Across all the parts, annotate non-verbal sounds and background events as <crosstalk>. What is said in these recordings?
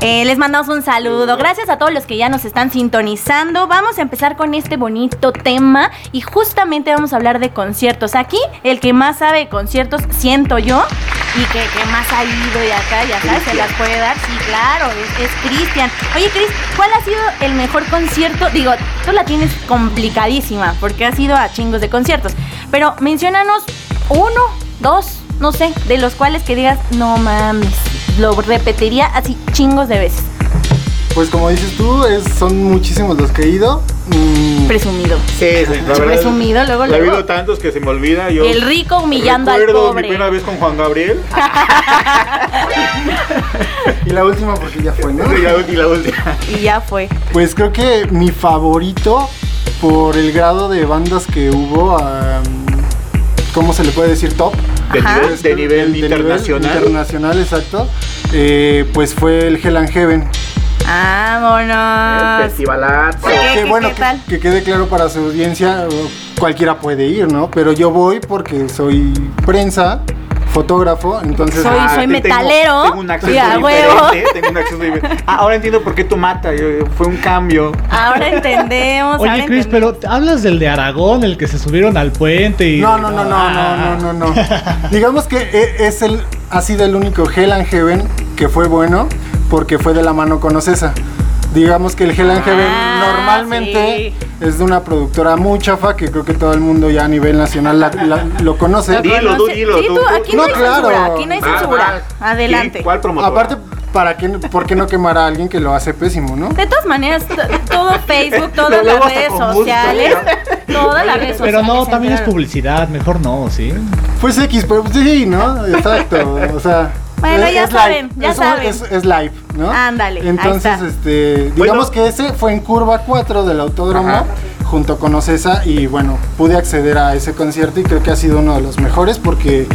Eh, les mandamos un saludo. Gracias a todos los que ya nos están sintonizando. Vamos a empezar con este bonito tema y justamente vamos a hablar de conciertos. Aquí el que más sabe de conciertos siento yo y que, que más ha ido y acá ya sabes, se las puede dar. Sí, claro, es, es Cristian. Oye, Cris, ¿cuál ha sido el mejor concierto? Digo, tú la tienes complicadísima porque has ido a chingos de conciertos. Pero menciónanos uno, dos, no sé, de los cuales que digas, no mames, lo repetiría así chingos de veces. Pues como dices tú, es- son muchísimos los que he ido. Mm, Presumido. Sí, sí, la verdad. Presumido, luego, La he luego. habido tantos que se me olvida. Yo El rico humillando al recuerdo mi pobre. primera vez con Juan Gabriel. y la última porque ya fue, ¿no? Y la ulti- la última. Y ya fue. Pues creo que mi favorito por el grado de bandas que hubo, ah, ¿cómo se le puede decir top? De Ajá. nivel, de nivel internacional. internacional, exacto. Eh, pues fue el Hell and Heaven. Este Vámonos. Festivalazo. ¿Qué, Que qué- bueno, qué que- tal? que quede claro para su audiencia, o cualquiera puede ir, ¿no? Pero yo voy porque soy prensa, fotógrafo, entonces... Soy- Ah, te- metalero. Tengo, tengo un acceso Y a huevo. diferente. Tengo un acceso diferente. Ah, ahora entiendo por qué tu mata. yo- yo- fue un cambio. Ahora entendemos. ahora Oye, Chris, entendemos. pero te- hablas del de Aragón, el que se subieron al puente y. Ah. No, no, no, no, no, no, no, no. Digamos que e- es el, ha sido el único Hell and Heaven que fue bueno porque fue de la mano con Ocesa. Digamos que el Hell and Heaven Ah, normalmente es de una productora muy chafa que creo que todo el mundo ya a nivel nacional la- la- lo conoce. Dilo, No tú, sé- dilo, sí, tú, tú, tú. aquí no, No, hay claro. censura, aquí no hay Va, censura. va. Adelante. ¿Y Ah, ¿Cuál promotor? Aparte, ¿para qué, ¿por qué no quemar a alguien que lo hace pésimo, no? De todas maneras, t- todo <laughs> Facebook, todas Lo las luego redes hasta con gusto, <laughs> sociales, todas las redes Pero sociales. no, se también es enteraron. publicidad, mejor no, ¿sí? Pues X, pero pues sí, ¿no? Exacto, o sea... Bueno, es- ya es saben, live, ya es, un- saben. Es, es live, ¿no? Ándale, ahí Entonces, está. este, digamos Bueno. que ese fue en curva 4 del autódromo, Ajá. junto con Ocesa, y bueno, pude acceder a ese concierto y creo que ha sido uno de los mejores porque...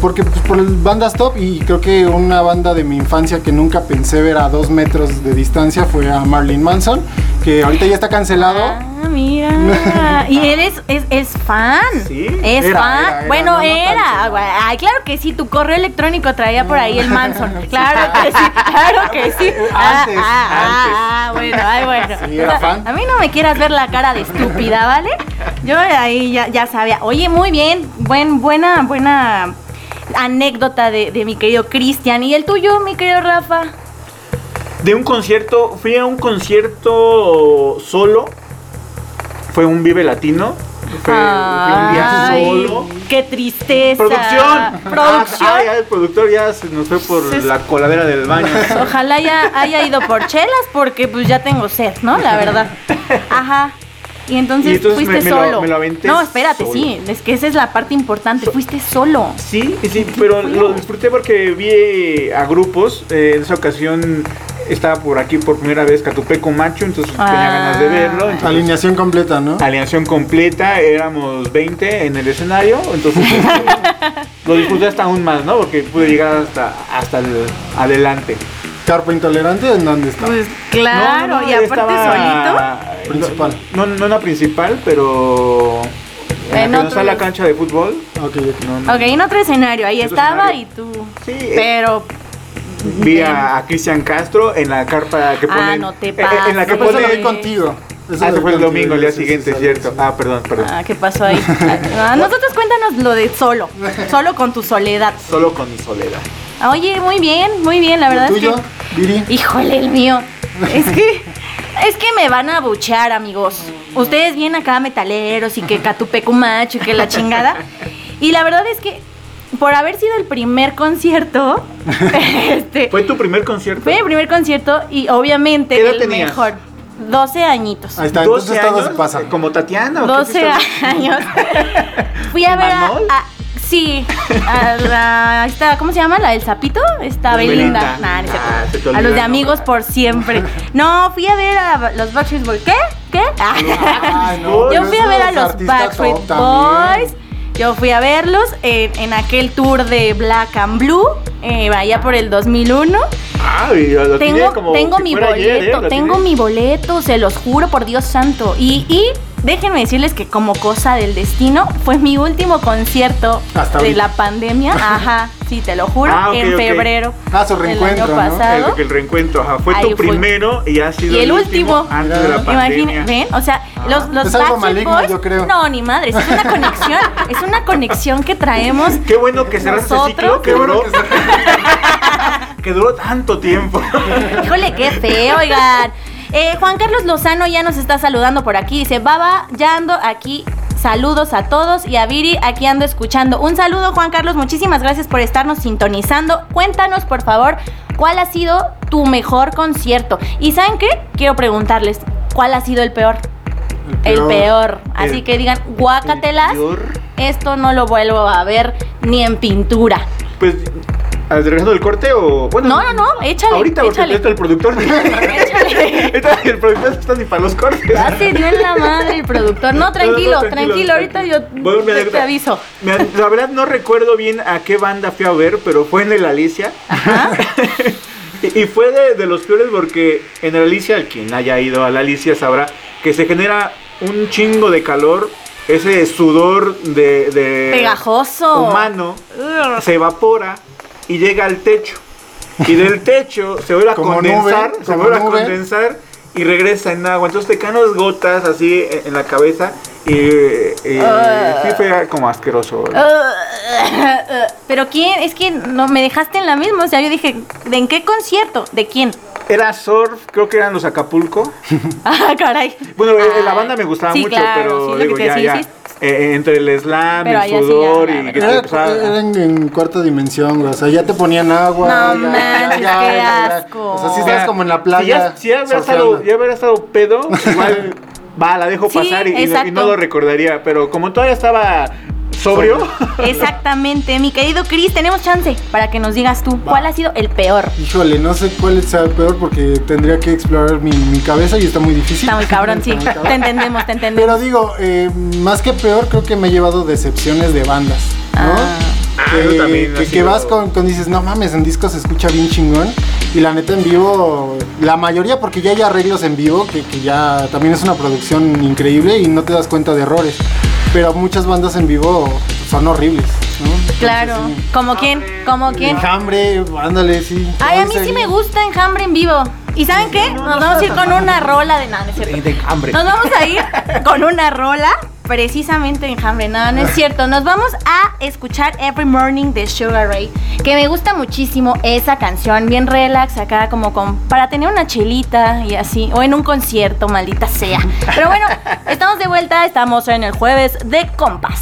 Porque pues, por bandas top y creo que una banda de mi infancia que nunca pensé ver a dos metros de distancia fue a Marilyn Manson, que ahorita ya está cancelado. Ah, <laughs> mira. Y eres es, es fan. Sí, Es era, fan. era, era, bueno, no, no tanto, era. no. Agua- Ay, claro que sí. Tu correo electrónico traía por ahí el <laughs> Manson. Claro que sí. Claro que sí. Ah, Antes, ah, ah, ah, bueno, ay, bueno. Sí, era O sea, fan. A mí no me quieras ver la cara de estúpida, ¿vale? Yo ahí ya, ya sabía. Oye, muy bien. Buen, buena, buena anécdota de, de mi querido Cristian. ¿Y el tuyo, mi querido Rafa? De un concierto, fui a un concierto solo. Fue un Vive Latino. Fue, fui un día Ay, solo. Qué tristeza. Producción. Producción. Ah, ya el productor ya se nos fue por Sí, sí. la coladera del <laughs> baño. Ojalá ya haya ido por chelas porque pues ya tengo sed, ¿no? La verdad. Ajá. Y entonces, Y entonces fuiste me- me lo- solo. me lo aventé no, espérate, solo. sí, es que esa es la parte importante, fuiste solo. Sí, sí, pero lo disfruté porque vi a grupos. eh, en esa ocasión estaba por aquí por primera vez Catupeco Macho, entonces tenía Ah. ganas de verlo. entonces- Alineación completa, ¿no? Alineación completa, éramos 20 en el escenario, entonces este, <laughs> lo disfruté hasta aún más, ¿no? Porque pude llegar hasta, hasta el- adelante. Carpa intolerante, ¿en dónde está? Pues claro, No, no, no, y aparte solito. estaba- Principal. No, no en la principal, pero En en, la que otro no está la lugar. cancha de fútbol. Ok, ok. No, no. Ok, en otro escenario, ahí Otro estaba escenario. y tú. Sí, eh, Pero Vi a, a Cristian Castro en la carpa que Ah, ponen. no te eh, eh, En la que pases. Pero eso lo vi ponen. Pone- contigo. Eso Ah, lo eso vi fue el contigo, domingo, el día sí, sí, siguiente, sí, cierto. sí. Ah, perdón, perdón. ah, ¿qué pasó ahí? A nosotros cuéntanos lo de solo, solo con tu soledad. Solo con mi soledad. Oye, muy bien, muy bien, la verdad ¿Y es que tuyo, Viri? Híjole, el mío. Es que, es que me van a abuchear, amigos. Ustedes vienen acá metaleros y que catupecumacho y que la chingada. Y la verdad es que por haber sido el primer concierto, <laughs> este, ¿Fue tu primer concierto? fue el primer concierto y obviamente Pues, ¿Qué edad el tenías? mejor. 12 añitos. Ahí está, 12 entonces todo años, eh, se pasa. Como Tatiana. ¿o qué 12 <laughs> estás- años. Fui a ver a, ¿Manol? a- sí, a la esta, ¿cómo se llama? La del sapito, esta Belinda. Belinda. Nah, no es cierto. Ah, se te olvidó a los el de nombre. amigos por siempre. No, fui a ver a los Backstreet Boys. ¿Qué? ¿Qué? Ah. Ay, no, Yo pero fui es a ver a de los artista Backstreet top también. Boys. Yo fui a verlos en, en aquel tour de Black and Blue, eh, allá por el 2001. Ah, y lo lo tiene Tengo, como tengo si mi fuera ¿eh? boleto, ayer, ¿eh? Lo tengo tiene. mi boleto, se los juro por Dios santo. Y, y déjenme decirles que como cosa del destino fue mi último concierto Hasta de ahorita. la pandemia. <laughs> Ajá, sí, te lo juro, Ah, ok, en ok. febrero Ah, su del año reencuentro, ¿no? pasado. El, el reencuentro, ajá. Fue Ahí tu fue. primero y ha sido Y el el último, último. antes de la pandemia. Imagina, ven, o sea, Ah. los, los Es algo Backstreet maligno, Boys- yo creo. No, ni madre, es una conexión, es una conexión que traemos. Qué bueno que cerraste ese Nosotros. ciclo que Qué bueno <laughs> duró, que se- que duró tanto tiempo. Híjole, qué feo, oigan. Eh, Juan Carlos Lozano ya nos está saludando por aquí. Dice, Baba, ya ando aquí. Saludos a todos y a Viri, aquí ando escuchando. Un saludo, Juan Carlos. Muchísimas gracias por estarnos sintonizando. Cuéntanos, por favor, cuál ha sido tu mejor concierto. Y ¿saben qué? Quiero preguntarles, ¿cuál ha sido el peor? El peor. Así El- que digan, guácatelas. Señor. Esto no lo vuelvo a ver ni en pintura. Pues, ¿al regreso del corte o...? Bueno, No, no, no, échale, Ahorita, porque échale. está el productor. <laughs> Échale. Ahorita el productor no está ni para los cortes. Ya se dio en la madre el productor. No, tranquilo, No, no, tranquilo, ahorita yo Bueno, me te, te alegro. aviso. Me- la verdad no recuerdo bien a qué banda fui a ver, pero fue en el Alicia. <laughs> y, y fue de, de los peores porque en el Alicia, quien haya ido al Alicia sabrá que se genera un chingo de calor, ese sudor de... de Pegajoso. Eh, Humano, se evapora y llega al techo. <laughs> Y del techo se vuelve a Como condensar, nube, se como vuelve a nube. condensar y regresa en agua. Entonces te caen las gotas así en- en la cabeza y, y Ah. sí fue como asqueroso. Ah, <laughs> Pero quién, es que no me dejaste en la misma, o sea, yo dije, ¿de en qué concierto? ¿De quién? <laughs> Era surf, creo que eran los Acapulco. Ah, caray. Bueno, eh, la Ay. banda me gustaba Ah. Sí, mucho, claro, sí, pero lo digo, que te ya, decía, ya. sí. Eh, entre el slam, Pero el allá sí ya, sudor la y que te Era, eh, empezaba- era en, en cuarta dimensión, güey. O sea, ya te ponían agua. No ya- manches, ya- qué ya- ya. asco. O sea, sí Mira, estabas como en la Si ya, playa. si ya hubiera surfeando. estado, ya hubiera estado pedo, <laughs> igual va, la dejo Sí, pasar y- y, no- y exacto. no lo recordaría. Pero como todavía estaba sobrio, <laughs> Exactamente, mi querido Chris, tenemos chance para que nos digas tú, ¿cuál ha sido el peor? Híjole, no sé cuál sea el peor porque tendría que explorar mi, mi cabeza y está muy difícil. Está muy cabrón, <laughs> sí, Está muy cabrón. te entendemos, te entendemos. Pero digo, eh, más que peor, creo que me he llevado decepciones de bandas, ¿no? Ah. Ah, Que, eso también ha que, que sido- vas con, con dices, no mames, en disco se escucha bien chingón. Y la neta en vivo, la mayoría, porque ya hay arreglos en vivo, que, que ya también es una producción increíble y no te das cuenta de errores. Pero muchas bandas en vivo son horribles, ¿no? Entonces, Claro, sí. ¿como quién? Ah, ¿Como quién? Enjambre, ándale, sí. Ay, a mí sí Once. me gusta Enjambre en vivo. ¿Y saben qué? Nos vamos a ir con una rola de nada, ¿no es cierto? de hambre. Nos vamos a <laughs> ir con una rola precisamente de Enjambre. No, <laughs> no es cierto. Nos vamos a escuchar Every Morning de Sugar Ray, que me gusta muchísimo esa canción, bien relax acá como con para tener una chelita y así o en un concierto, maldita sea. Pero <laughs> bueno, estamos de vuelta, estamos en el jueves de compas.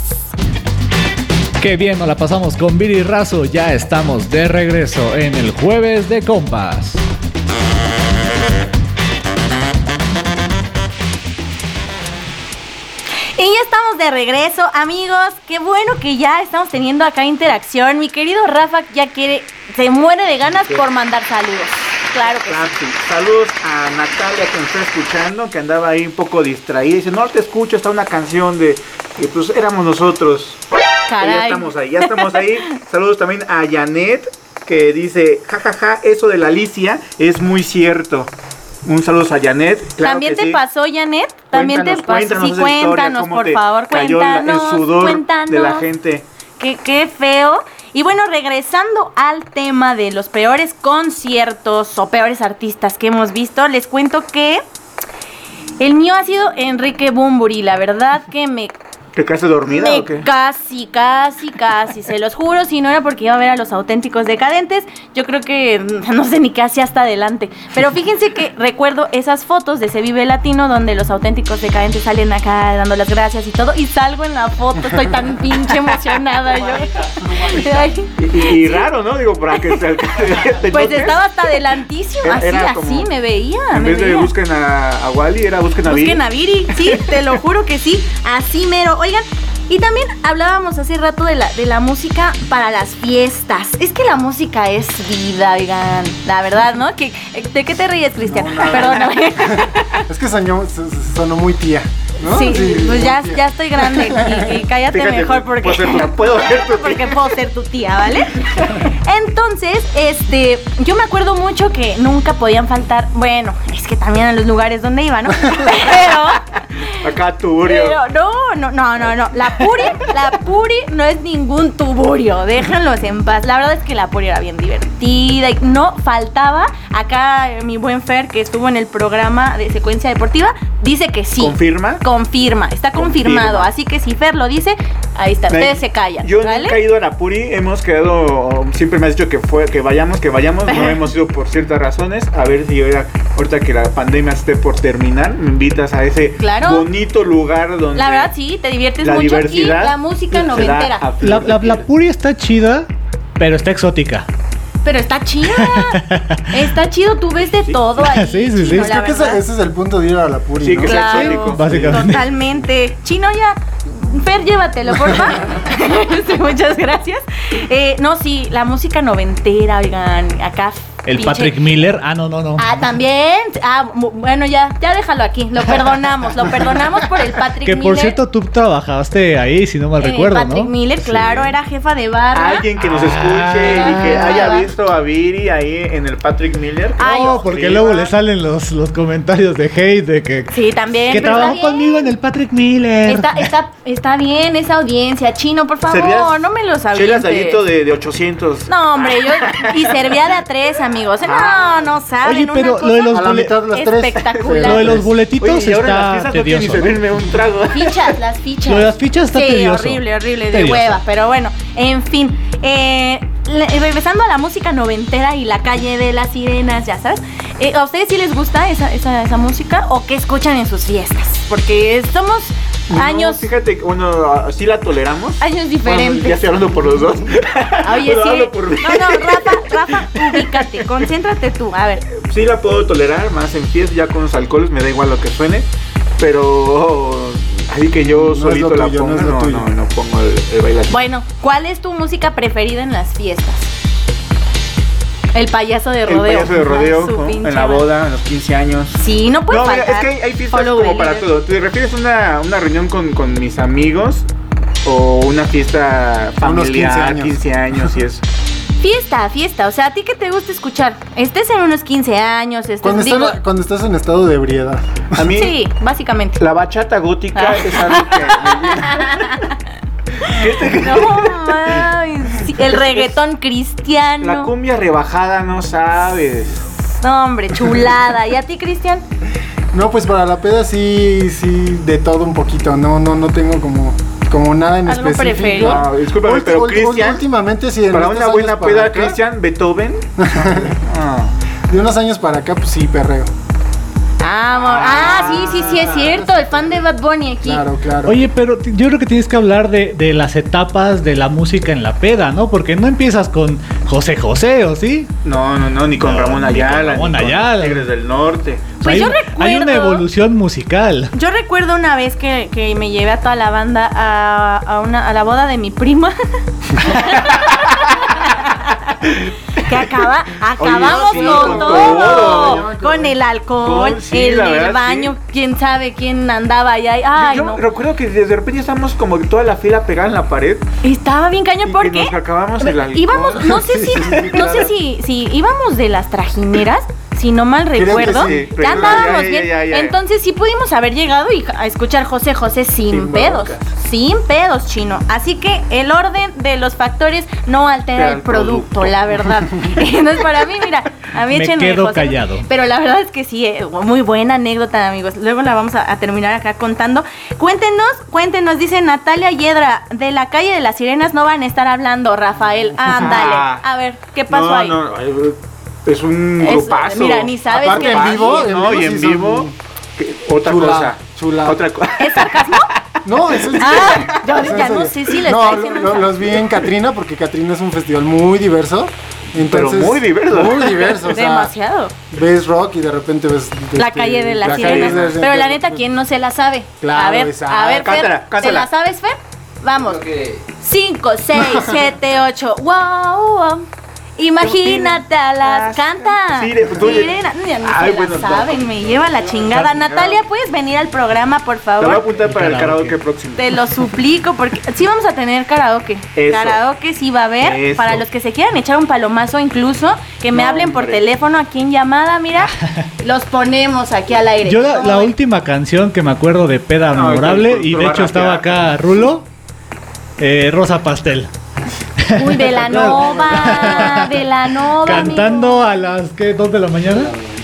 Qué bien nos la pasamos con Viri Razo. Ya estamos de regreso en el jueves de compas. Y ya estamos de regreso, amigos. Qué bueno que ya estamos teniendo acá interacción. Mi querido Rafa ya quiere, se muere de ganas por mandar saludos. Claro que sí. Papi, Saludos a Natalia que nos está escuchando, que andaba ahí un poco distraída. Dice, no te escucho, está una canción de... Y pues éramos nosotros. Pero pues Ya Caray. estamos ahí, ya <laughs> estamos ahí. Saludos también a Janet, que dice, jajaja, eso de la Alicia es muy cierto. Un saludo a Janet. claro También que te sí. pasó, Janet. También te pasó. sí, Cuéntanos, cuéntanos esa historia, cuéntanos, cómo por te favor, cayó la- cuéntanos. el sudor cuéntanos. de la gente. Qué, qué feo. Y bueno, regresando al tema de los peores conciertos o peores artistas que hemos visto, les cuento que el mío ha sido Enrique Bumburi. La verdad que me ¿Te quedaste dormida Me o qué? Casi, casi, casi, se los juro, si no era porque iba a ver a los auténticos decadentes, yo creo que <laughs> mm, no sé ni qué hacía hasta adelante. Pero fíjense que recuerdo esas fotos de ese Vive Latino donde los auténticos decadentes salen acá dando las gracias y todo, y salgo en la foto, estoy tan pinche emocionada yo. <laughs> Ay, Y, y- y raro, ¿no? Digo, para que te, <laughs> te Pues choques. estaba hasta adelantísimo, Era- así, era como- así, me veía. En me vez de veía. busquen a, a Wally, era busquen a Bill. Busquen a Viri, <laughs> sí, te lo juro que sí, así mero. Oigan, y también hablábamos hace rato de la, de la música para las fiestas. Es que la música es vida, oigan. La verdad, ¿no? ¿Qué- ¿De qué te ríes, Cristian? <laughs> Perdóname. Es que soñó- s- s- sonó muy tía, ¿no? Sí, muy pues ya, tía. ya estoy grande y, y cállate Fíjate, pues, mejor puedo porque... ser tu- puedo ser tu tía. porque puedo ser tu tía, ¿vale? <laughs> Entonces, este, yo me acuerdo mucho que nunca podían faltar, bueno, es que también a los lugares donde iba, ¿no? <laughs> Pero Acá tuburio. Pero no, no, no, no, no. La Puri, la Puri no es ningún tuburio. Déjenlos en paz. La verdad es que la Puri era bien divertida y no faltaba. Acá eh, mi buen Fer, que estuvo en el programa de secuencia deportiva, dice que sí. ¿Confirma? Confirma, está confirmado. Confirma. Así que si Fer lo dice, ahí está. Ustedes se callan. Yo ¿vale? nunca he ido a la Puri, hemos quedado, siempre me has dicho que fue, que vayamos, que vayamos, <laughs> no hemos ido por ciertas razones. A ver si ahora, ahorita que la pandemia esté por terminar, me invitas a ese Claro. bonito lugar donde La verdad, sí, te diviertes la mucho. Y diversidad la música se da noventera. a flor La, de la- la piel. Puri está chida, pero está exótica. Pero está <laughs> chida. está chido, tú ves de todo ahí. <laughs> Sí, sí, sí. chino, Es la Creo que verdad. ese, ese es el punto de ir a la Puri, Sí, ¿no? que sea Claro. exótico. Básicamente. Totalmente. Chino ya. Fer, llévatelo, porfa. <laughs> Este, Muchas gracias. Eh, no, sí, la música noventera, oigan, acá. El pinche- Patrick Miller. Ah, no, no, no. Ah, también. Ah, mu- bueno, ya, ya déjalo aquí. Lo perdonamos, lo perdonamos por el Patrick que Miller. por cierto, tú trabajaste ahí, si no mal Eh, recuerdo, Patrick ¿no? Miller, claro, era jefa de barra. Alguien que nos Ah. escuche y que haya visto a Viri ahí en el Patrick Miller. Ay, No, ojalá. porque luego le salen los, los comentarios de hate de que, Sí, también. que pero está trabajó bien. conmigo en el Patrick Miller. Está, está, está bien esa audiencia, chino, por favor, Servías no me lo Chelas sabías. de Aguito de, de 800. No, hombre, yo. Y servía de a tres, amigos. No, no saben. Oye, una pero cosa lo de los A la bule- mitad las tres. Espectacular. lo de los Oye, boletitos y ahora en las está fiestas no quiero ni tedioso. ¿no? servirme un trago. Fichas, las fichas. Lo de las fichas está sí, tedioso. horrible, horrible, de Tedioso. hueva. Pero bueno, en fin. Eh, le- regresando a la música noventera y la calle de las sirenas, ya sabes. Eh, ¿A ustedes sí les gusta esa, esa, esa música o qué escuchan en sus fiestas? Porque somos <laughs> No, años, Fíjate, que, bueno, sí la toleramos. años Bueno, ya diferentes. estoy hablando por los dos. Oye, Bueno, sí. hablo por mí. No, no, Rafa, Rafa, ubícate, concéntrate tú. A ver, Sí la puedo tolerar, más en fiesta, ya con los alcoholes, me da igual lo que suene. Pero oh, así que yo No es solito lo la tuyo, pongo. no es lo No, tuyo. no, no pongo el, el bailar. bueno, ¿cuál es tu música preferida en las fiestas? El payaso de el rodeo. payaso de rodeo, Ay, su ¿no? pinche en la madre. boda, en los 15 años. Sí, no puede No, mira, faltar. es que hay, hay fiestas Follow como the para leader. todo. ¿Te refieres a una, una reunión con, con mis amigos o una fiesta Unos 15 familiar, años. 15 años y eso? Fiesta, fiesta. O sea, ¿a ti qué te gusta escuchar? Estés en unos 15 años, estés... Cuando, digo- estás- cuando estás en estado de ebriedad. A mí Sí, <laughs> básicamente. la bachata gótica Ah. es algo <laughs> que me- No mames. sí, el reggaetón cristiano. la cumbia rebajada no sabes. No, hombre, chulada. ¿Y a ti, Cristian? No, pues para la peda sí, sí, de todo un poquito. No, no, no tengo como, como nada en ¿Algo específico. preferido? Ah, discúlpame, Ulti- pero ulti- Cristian, Últimamente sí. en para estos una años buena para peda, acá, Cristian Beethoven. Ah. De unos años para acá, pues sí, perreo. Ah, amor. Ah, sí, sí, sí, es cierto. El fan de Bad Bunny aquí. Claro, claro. Oye, pero t- yo creo que tienes que hablar de, de las etapas de la música en la peda, ¿no? Porque no empiezas con José José, ¿o sí? No, no, no, ni con No, Ramón ni con Ayala, Ramón ni con Ayala. Tigres del Norte. O sea, Pues yo hay, hay una recuerdo- evolución musical. Yo recuerdo una vez que, que me llevé a toda la banda a, a una, a la boda de mi prima. <laughs> que acaba, acabamos sí, con, con todo. todo, ya me acordé. Con el alcohol, Con- sí, el, la el verdad, baño, sí. quién sabe quién andaba allá. y- Ay, Yo no. recuerdo que de repente estábamos como que toda la fila pegada en la pared Estaba bien caño y que porque nos acabamos el alcohol. íbamos, no <laughs> sé si, no sé si, si íbamos de las trajineras. Si no mal que recuerdo, sí, pero ya ya, andábamos ya, bien. ya, ya. Entonces sí pudimos haber llegado y a escuchar José José sin, Sin pedos. broncas. Sin pedos, chino. Así que el orden de los factores no altera Altera el el producto, producto. la <laughs> verdad. <laughs> Entonces, para mí, mira, a mí Me échenme quedo José. callado. Pero la verdad es que sí, eh, muy buena anécdota, amigos. Luego la vamos a, a terminar acá contando. Cuéntenos, cuéntenos, dice Natalia Hiedra, de la calle de las sirenas no van a estar hablando, <laughs> Rafael. Ándale. Ah. A ver, ¿qué pasó no, ahí? No, no, eh, es un Es- grupazo. mira, ni sabes Aparte, que- en vivo, en no, vivo y sí en son- vivo que- otra Chula, cosa. chula. Otra <laughs> cosa. ¿Es sarcasmo? No, es en serio. Ah, yo Es en ya no serio. sé si le No, está diciendo lo- esa- los vi en Catrina porque Catrina es un festival muy diverso. Pero Entonces, muy diverso. Muy diverso. o sea, Demasiado. ves rock y de repente ves La este, calle de las la calle sirenas. de- Pero la neta, ¿quién no se la sabe? Claro, a ver, exacto. a ver, Fer, Cántala, ¿te cántala. la sabes, Fer? Vamos. 5, 6, 7, 8. Wow, wow. Imagínate a las canta. Sire, pues, oye. Sirena. Ya no Ay, se bueno, la saben, no. me lleva la chingada. Claro. Natalia, ¿puedes venir al programa, por La voy a favor? apuntar para el Karaoke. karaoke próximo. Te lo suplico porque sí vamos a tener karaoke. Eso. Karaoke sí va a haber. Eso. Para los que se quieran echar un palomazo incluso, que me No, hablen por hombre. teléfono aquí en llamada, mira. los ponemos aquí al aire. Yo la, ¿Cómo la ven? última canción que me acuerdo de Peda No, Memorable, tú- tú y de vas hecho estaba rapeando. acá Rulo, eh, Rosa Pastel. Uy, <laughs> Velanova, Velanova. Cantando a las ¿qué, dos de la mañana.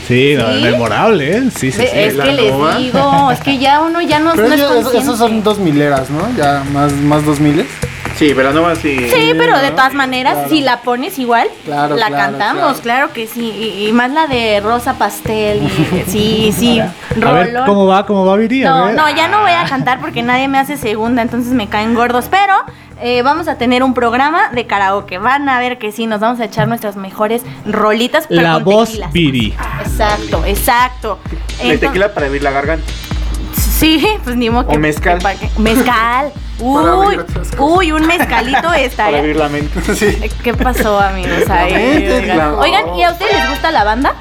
Sí, no, ¿Sí? memorable, ¿eh? Sí, amigo. sí, sí. Es que Velanova. les digo, es que ya uno ya no, Pero no es ya- es- consciente. esas son dos mileras, ¿no? Ya más, más dos miles. Sí, Velanova sí. Sí, pero de ¿no? todas maneras, Claro. si la pones igual, Claro, la claro, cantamos, claro. que sí. Y, y más la de Rosa Pastel. y- sí, sí. A ver, Rolón. ¿cómo va? ¿Cómo va Viri? A No, ver. no, ya no voy a cantar porque nadie me hace segunda, entonces me caen gordos. Pero eh, vamos a tener un programa de karaoke. Van a ver que sí, nos vamos a echar nuestras mejores rolitas. Pero La con voz tequilas. Viri. Exacto, exacto. De Entonces- tequila para abrir la garganta. Sí, pues ni modo O que. mezcal. que pa' que- <laughs> Mezcal. Para Uy, abrir otras cosas. uy, un mezcalito Para estaría abrir la <laughs> mente. sí. ¿Qué pasó, amigos? Ahí, mente, oigan. la- Oigan, ¿y a ustedes les gusta la banda?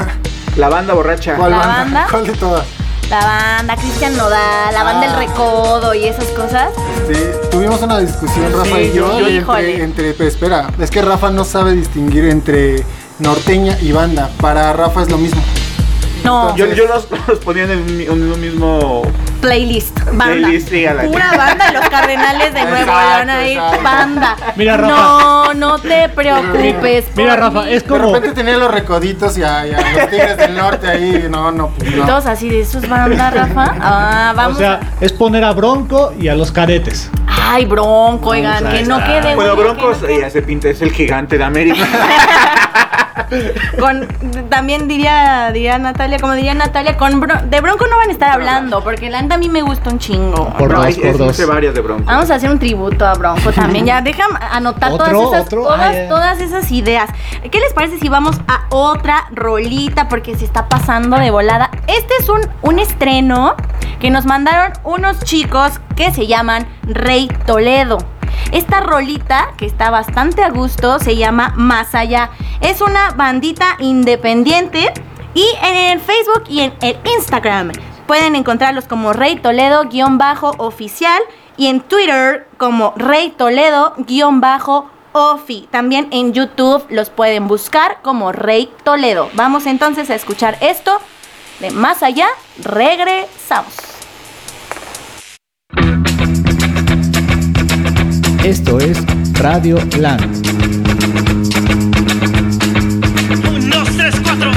<laughs> La banda borracha. ¿Cuál ¿La banda? banda? ¿Cuál de todas? La banda, Cristian Nodal, la banda El Ah. Recodo y esas cosas. Este, tuvimos una discusión, Rafa y yo, yo- y híjole. entre, entre- pero espera, es que Rafa no sabe distinguir entre norteña y banda. Para Rafa es lo mismo. No, Yo, yo los, <laughs> los ponía en un, mi- un mismo. playlist, banda. Playlist, sí, a la- Pura banda y los cardenales de Nuevo Exacto, León ahí, exacto. banda. Mira, Rafa. No, no te preocupes. Mira, por Rafa, mí. es De como. repente tenía los recoditos y a, y a los tigres del norte ahí. No, no, pues Y no. Todos así de esos banda, Rafa. Ah, O vamos. sea, es poner a Bronco y a los cadetes. a- Ay, bronco, oigan, Vamos a que no estar. quede. Bueno, uno, Broncos eh. que no ya se pinta, es el gigante <laughs> de América. con también diría diría Natalia como diría Natalia con Bro- de Bronco no van a estar hablando porque la neta a mí me gusta un chingo Por No, dos, hay- por es- dos. hice varias de Broncos. Vamos a hacer un tributo a Bronco también. Ya, déjame anotar todas ¿Otro? esas, ¿Otro? todas, Ah, ya. todas esas ideas. ¿Qué les parece si vamos a otra rolita? Porque se está pasando de volada. Este es un, un estreno que nos mandaron unos chicos que se llaman Rey Toledo. Esta rolita, que está bastante a gusto, se llama Más Allá. Es una bandita independiente y en el Facebook y en el Instagram pueden encontrarlos como Rey Toledo-oficial y en Twitter como Rey Toledo-ofi. También en YouTube los pueden buscar como Rey Toledo. Vamos entonces a escuchar esto de más allá. Regresamos. Esto es Radio LAN. 1, 2, 3, 4.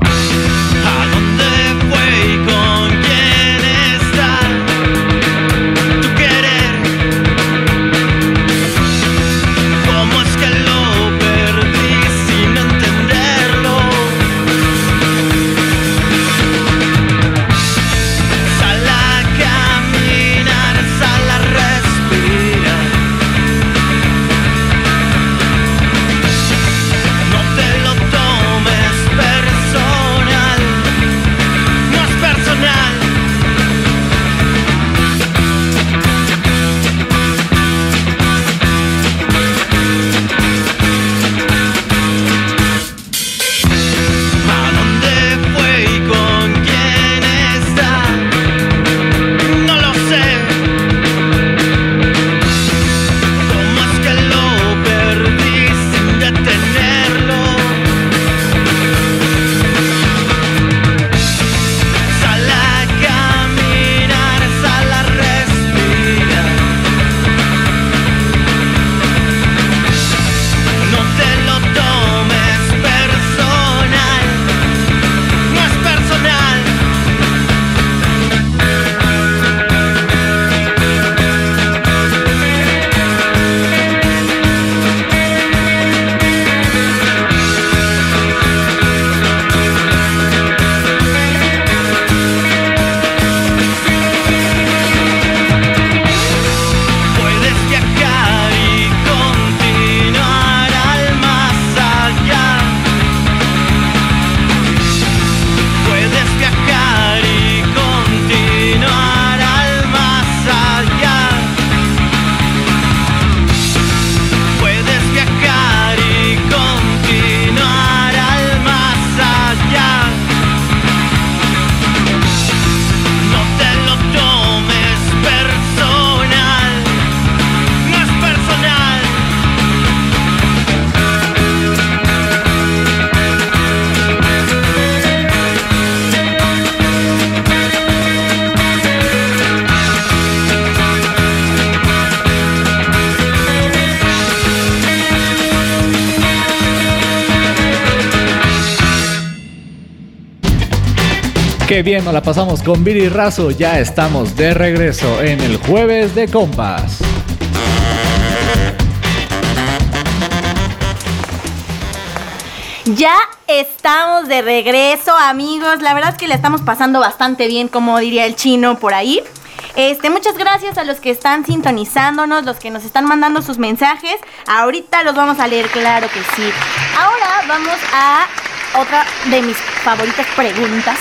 ¿A dónde fue y con quién está tu querer? ¿Cómo es que lo perdí sin entenderlo? Qué bien, nos la pasamos con Viri Razo. Ya estamos de regreso en el jueves de compas. Ya estamos de regreso, amigos. La verdad es que la estamos pasando bastante bien, como diría el chino por ahí. Este, muchas gracias a los que están sintonizándonos, los que nos están mandando sus mensajes. Ahorita los vamos a leer, claro que sí. Ahora vamos a otra de mis favoritas preguntas.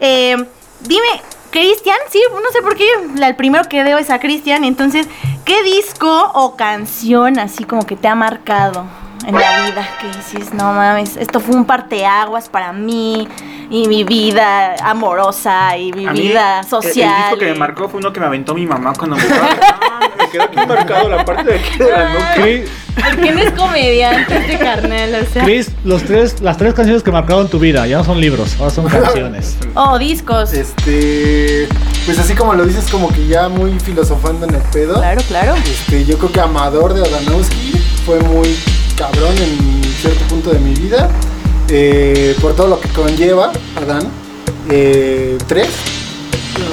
Eh, dime, Cristian, sí, no sé por qué la- el primero que veo es a Cristian. Entonces, ¿qué disco o canción así como que te ha marcado en la vida? Que dices, no mames, esto fue un parteaguas para mí y mi vida amorosa y mi A mí, vida el- social. El, disco que me y- marcó fue uno que me aventó mi mamá cuando me Ah, <laughs> Me quedó aquí marcado la parte de aquí de la nuca. Cris, ¿Por qué no es comediante este carnal? O sea. Cris, los tres, las tres canciones que marcaron tu vida ya no son libros, ahora son canciones. Oh, discos. Este, pues así como lo dices, como que ya muy filosofando en el pedo. Claro, claro. Este, yo creo que Amador de Adanowski fue muy cabrón en cierto punto de mi vida. eh, por todo lo que conlleva, Adán. Eh, tres.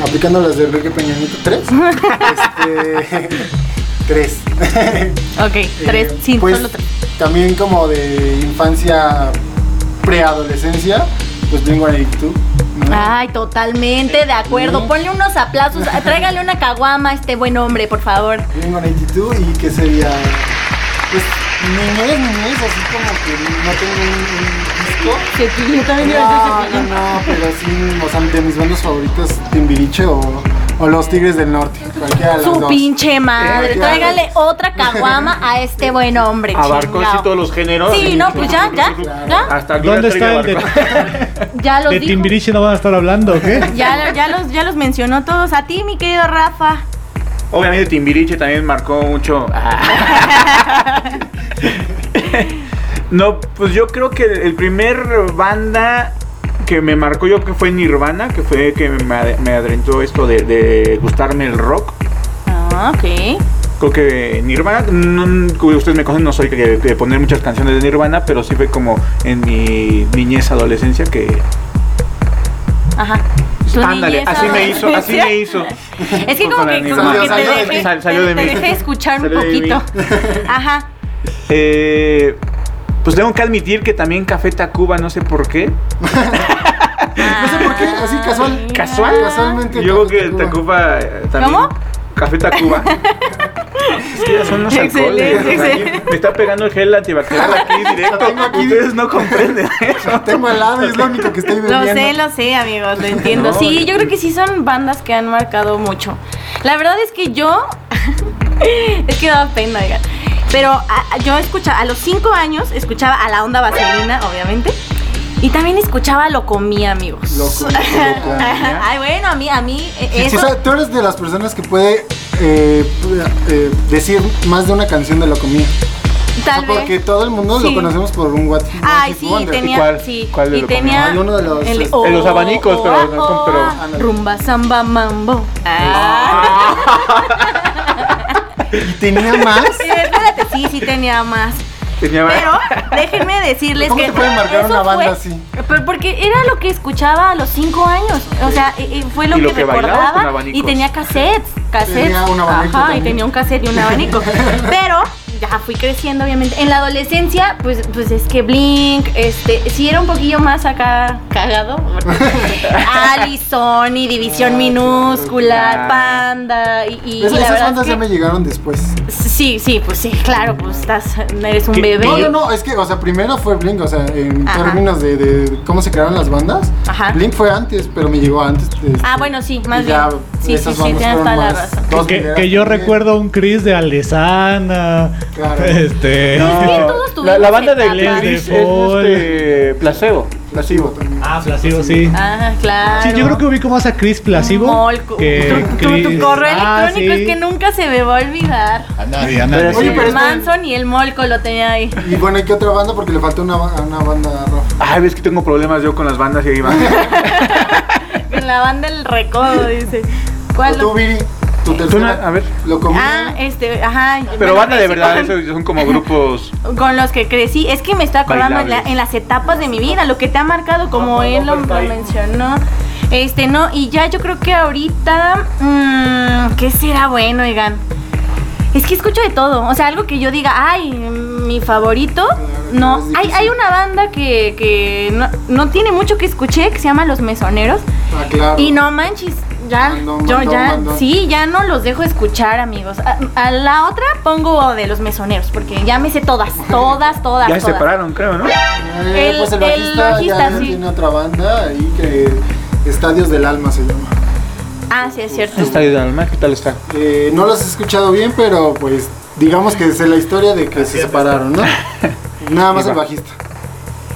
Aplicando las de Enrique Peña Nieto, tres. Este, <laughs> tres. Ok, tres, Eh, sí, pues, solo tres. También como de infancia, preadolescencia, pues vengo a YouTube. Ay, totalmente de acuerdo. Ponle unos <laughs> aplausos. ah, Tráigale una caguama a este buen hombre, por favor. Vengo en actitud y que sería. Pues niñez, niñez, así como que no tengo un, un disco. Cepillín, yo también iba a No, decir Cepillín. no, no, pero sí, o sea, de mis bandos favoritos, Timbiriche o, o los Tigres del Norte, cualquiera de las Su dos. pinche madre. Eh, Tráigale otra caguama a este buen hombre. Abarcó así chingao. todos los géneros. Sí, no, pues ya, ya, ya, Hasta aquí ¿Dónde la trivia está el de, abarcó. ya los de dijo. Timbiriche? ¿No van a estar hablando o qué? Ya, ya los, ya los mencionó todos. A ti, mi querido Rafa. <laughs> Obviamente Timbiriche también marcó <laughs> mucho. no, pues yo creo que el primer banda que me marcó yo que fue Nirvana, que fue que me, ad- me adentró esto de, de gustarme el rock. Ah, ok. Creo que Nirvana, no- como ustedes me conocen, no soy de, de poner muchas canciones de Nirvana, pero sí fue como en mi niñez, adolescencia que... Ajá. Tu Ándale, niñez, así me <laughs> hizo, así me hizo. Es que Con como la que, Nirvana. como que te Salió de dejé, mí. te, Salió de te mí. dejé escuchar un Salió de mí. poquito. <laughs> Ajá. <laughs> Eh, pues tengo que admitir que también Café Tacuba, no sé por qué. No sé por qué, Ah. así casual. ¿Casual? Casualmente. Yo creo Café que Tacuba. Tacuba eh, también. ¿Cómo? Café <laughs> Tacuba. es que ya son unos Excelente, alcoholes. o sea, excelente. Me está pegando el gel antibacterial aquí directo. <laughs> Lo tengo aquí. Ustedes no comprenden eso. Tengo helado, es lo único que estoy Lo bebiendo. sé, lo sé, amigos, lo <laughs> entiendo. No, sí, eh. yo creo que sí son bandas que han marcado mucho. La verdad es que yo. <laughs> es que daba pena, oigan. Pero a- yo escuchaba, a los cinco años, escuchaba a la onda vaselina, obviamente. Y también escuchaba lo comía, amigos. <laughs> Lo Comí, Lo Comí. Ay, bueno, a mí, a mí, eh, Sí, sí, eso. o sea, tú eres de las personas que puede eh, eh, decir más de una canción de Locomía. tal vez. Porque todo el mundo Sí. lo conocemos por un What Ay, One Hit sí, Wonder. tenía. cuál? Sí, ¿Cuál de y lo tenía. comía? Hay uno de los, el- oh, este, de los abanicos, pero ah, no con- ah, pero- rumba, samba, mambo. Ah. Y tenía más. <laughs> Sí, espérate, sí, sí tenía más. Tenía- Pero déjenme decirles ¿Cómo que. te puede marcar eso una banda fue- así? pero Porque era lo que escuchaba a los 5 años. O sea, y- y fue lo Y que, lo que bailabas con recordaba. abanicos. Y tenía cassettes. Cassettes. Tenía un abanico Ajá, y también. tenía un cassette y un <laughs> abanico. Pero ya fui creciendo, obviamente. En la adolescencia, pues, pues es que Blink, este, sí era un poquillo más acá cagado. <laughs> porque Allison y División Minúscula, claro. Panda. Y, y Esas- la esas verdad bandas es ya que- me llegaron después. Sí, sí, pues sí, claro, pues estás, eres un ¿Qué? bebé. No, no, no, es que, o sea, primero fue Blink, o sea, en Ajá. términos de, de cómo se crearon las bandas. Ajá. Blink fue antes, pero me llegó antes. este, Ah, bueno, sí, más y ya bien. Sí, sí, esas sí, bandas tienes toda fueron la más- razón. dos Que, mineras que yo también. recuerdo un Chris de Alesana. Claro. Este. Es que todos la, tuvimos la banda de etapas. Glenn Glenn es de Paul. este, Placebo. Placebo también. Ah, Placebo, sí. Ah, claro. Sí, yo creo que ubico más a Chris Placebo. Mol- que tu, tu- tu Chris- correo Ah, electrónico sí. es que nunca se me va a olvidar. A nadie, a nadie. Oye, Ah, pero es que- Manson y el Molco lo tenía ahí. <laughs> Y bueno, ¿y qué otra banda? Porque le faltó una, ba- a una banda roja. Ay, ves que tengo problemas yo con las bandas y ahí van. <laughs> En la banda El Recodo, dice. ¿Cuál? Tú, Viri, tu tercera. una- a ver. Lo comí. Ah, este, ajá. Pero bueno, banda de crecí verdad, con- esos son como grupos. Con los que crecí, es que me estoy acordando en, la- Bailables. en las etapas de mi vida, lo que te ha marcado, como él lo, lo mencionó. Este, no, y ya yo creo que ahorita. mm, ¿Qué será bueno, oigan? Es que escucho de todo. O sea, algo que yo diga, ay, mm, mi favorito. No, es hay, difícil. hay una banda que, que no, no tiene mucho que escuché que se llama Los Mesoneros. Ah, claro. Y no manches, ya, Mandón, yo mandón, ya, mandón. sí, ya no los dejo escuchar, amigos. A, a la otra pongo de los mesoneros, porque ya me sé <laughs> todas, todas, todas, Ya se todas. separaron, creo, ¿no? Eh, el- pues el el bajista, bajista, ya sí. tiene otra banda ahí que Estadios del Alma se llama. Ah, sí, es cierto. Está ayudando al mar, ¿qué tal está? Eh, no los he escuchado bien, pero pues digamos que es la historia de que se separaron, ¿no? Nada más Iba. el bajista.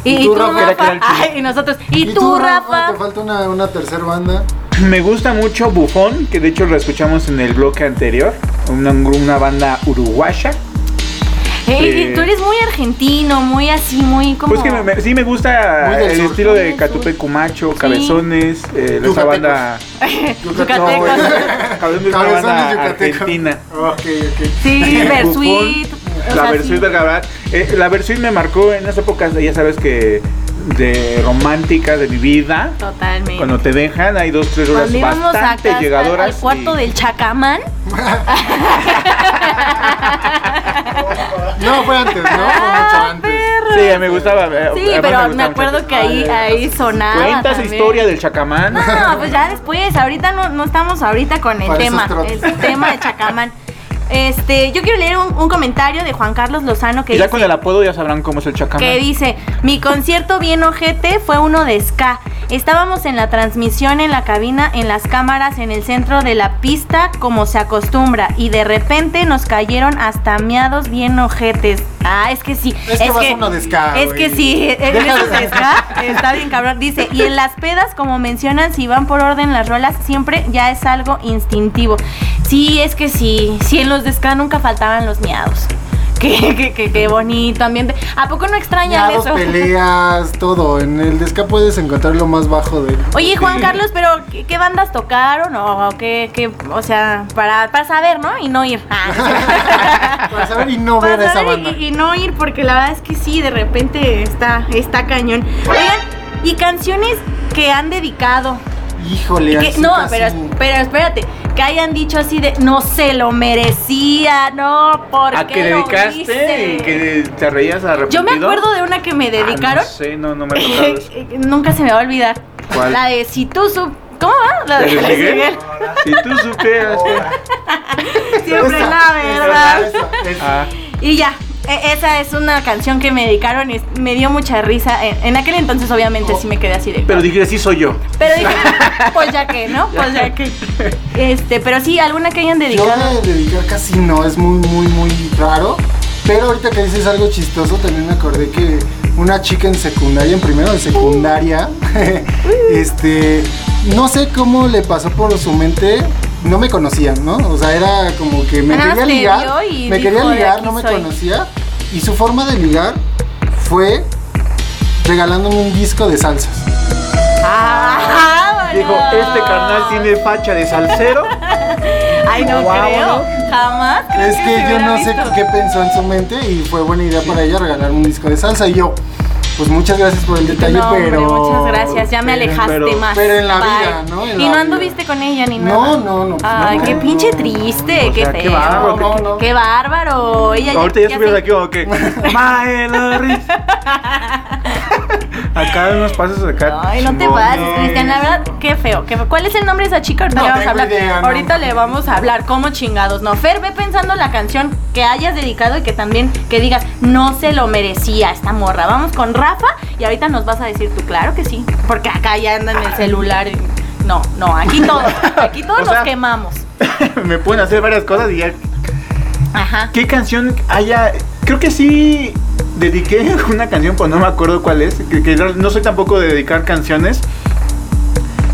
Y, ¿Y y tú, tú, Rafa? Rafa, ay, y nosotros, y, tú, Rafa. Te falta una, una tercera banda. Me gusta mucho Bufón, que de hecho lo escuchamos en el bloque anterior, una, una banda uruguaya. Ey, Eh, tú eres muy argentino, muy así, muy como. Pues que <laughs> me- me- sí me Muy gusta del el sur. estilo Muy de del Catupe Cumacho, Sí. Cabezones, eh, Yucatecos. esa banda... Yucatecos. No, güey. <laughs> Cabezones es una Cabezones banda yucateco. argentina. Ok, ok. <laughs> <laughs> Sí, Bufón, Versuit. o La sea, Versuit sí. del Gabrat. Eh, la Versuit me marcó en las épocas, ya sabes que de romántica de mi vida. Totalmente. Cuando te dejan hay dos, tres horas Cuando íbamos acá bastante hasta llegadoras. al cuarto y- del <laughs> Chacamán. No, fue antes, ¿no? Fue mucho Ah, antes. perro. Sí, a mí me gustaba. <laughs> eh, Sí, pero además gustaba me mucho. acuerdo que ahí, Ah, ahí sonaba. Cuenta esa también. historia del chacamán. No, pues ya después, ahorita no, no estamos ahorita con el Para esos tema, trotes. el tema de Chacamán. Este, yo quiero leer un, un comentario de Juan Carlos Lozano que Y ya dice, con el apodo ya sabrán cómo es el chacamán. que dice, mi concierto bien ojete fue uno de ska. Estábamos en la transmisión, en la cabina, en las cámaras, en el centro de la pista, como se acostumbra. Y de repente nos cayeron hasta miados bien ojetes. Ah, es que sí. Es que vas a uno de ska, Es güey. que sí, eh, eh, Deja de- esos de ska, está bien cabrón. Dice, y en las pedas, como mencionan, si van por orden las rolas, siempre ya es algo instintivo. Sí, es que sí. Sí, en los de ska nunca faltaban los miados. <laughs> Qué, qué, qué, qué bonito ambiente. ¿A poco no extrañan Dados, eso? peleas, todo. En el Desca puedes encontrar lo más bajo de. <laughs> Oye, Juan Carlos, pero ¿qué, qué bandas tocaron? O qué, qué- o sea, para, para saber, ¿no? Y no ir. Ah. Para saber y no ver a Para esa saber banda. ¿eh? y, y no ir, porque la verdad es que sí, de repente está, está cañón. Oigan, y canciones que han dedicado. Híjole, Y que- así no, casi- pero, pero espérate, que hayan dicho así de no se lo merecía, no, porque. ¿A qué dedicaste? Y que te reías Yo arrepentido. me acuerdo de una que me dedicaron. Ah, no sé, no, no me ha tocado <laughs> eso. Nunca se me va a olvidar. ¿Cuál? La de si tú sup- ¿Cómo va? La de ¿De Luis Luis <laughs> Miguel? Si tú supieras que... Miguel. Siempre Esa, la esa, verdad. esa, esa. Ah, Y ya, e- esa es una canción que me dedicaron. es- me dio mucha risa. En, en aquel entonces, obviamente, sí me quedé así de. pero dije, sí soy yo. Pero <laughs> dije, pues ya que, ¿no? Pues ya que. Este, pero sí, alguna que hayan Yo dedicado. de dedicar casi no, es muy, muy, muy raro. Pero ahorita que dices algo chistoso, también me acordé que una chica en secundaria, en primero de secundaria, Uh. <laughs> este, no sé cómo le pasó por su mente, no me conocían, ¿no? O sea, era como que me Nada más quería te ligar, vio y me dijo, quería "De ligar, aquí no me soy". conocía. Y su forma de ligar fue regalándome un disco de salsas. Ah, Dijo, vámonos. este carnal tiene facha <laughs> de salsero. Ay, no creo. Vámonos. Jamás. creo Es que se yo hubiera no sé visto. qué pensó en su mente y fue buena idea para ella regalar un disco de salsa. Y yo, pues muchas gracias por el detalle, No, hombre, pero. muchas gracias, ya me pero- alejaste pero- más. pero en la Bye. vida, ¿no? En y la no vida. anduviste con ella ni nada. No, no, no. pues Ay, no, qué no, pinche no, triste, o qué sea, feo. qué bárbaro, No, no. Qué bárbaro. Ella Ahorita ya estuvieras se- aquí como que... Maeloris. <laughs> Acá unos pasos acá. Ay, no te chingón. pases, Cristian, la verdad, qué feo, qué feo. ¿Cuál es el nombre de esa chica? Ahorita No le vamos a tengo hablar. idea, no. Ahorita le vamos a hablar, como chingados. No, Fer, ve pensando la canción que hayas dedicado y que también que digas, no se lo merecía esta morra. Vamos con Rafa y ahorita nos vas a decir tú, claro que sí, porque acá ya andan en el celular. y- No, no, aquí todos, aquí todos O sea- nos quemamos. <laughs> Me pueden hacer varias cosas y ya Ajá. ¿Qué canción haya.? Creo que sí dediqué <laughs> una canción, pues no me acuerdo cuál es. Que, que no soy tampoco de dedicar canciones.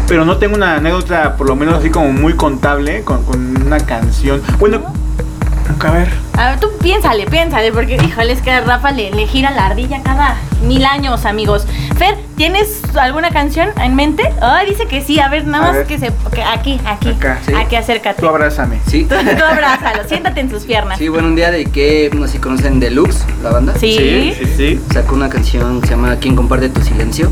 Pero no tengo una anécdota, por lo menos así como muy contable, con, con una canción. Bueno, a ver. A ver, tú piénsale, piénsale, porque híjole, es que a Rafa le, le gira la ardilla cada mil años, amigos. Fer, ¿tienes alguna canción en mente? Ay, dice que sí, a ver, nada A más ver. que se. que aquí, aquí. Acá, sí. Aquí acércate. Tú abrázame. Sí. Tú, tú abrázalo, siéntate en sus piernas. Sí, bueno, un día de que no sé si conocen Deluxe, la banda. Sí. sí, sí. Sacó una canción que se llama Quien comparte tu silencio.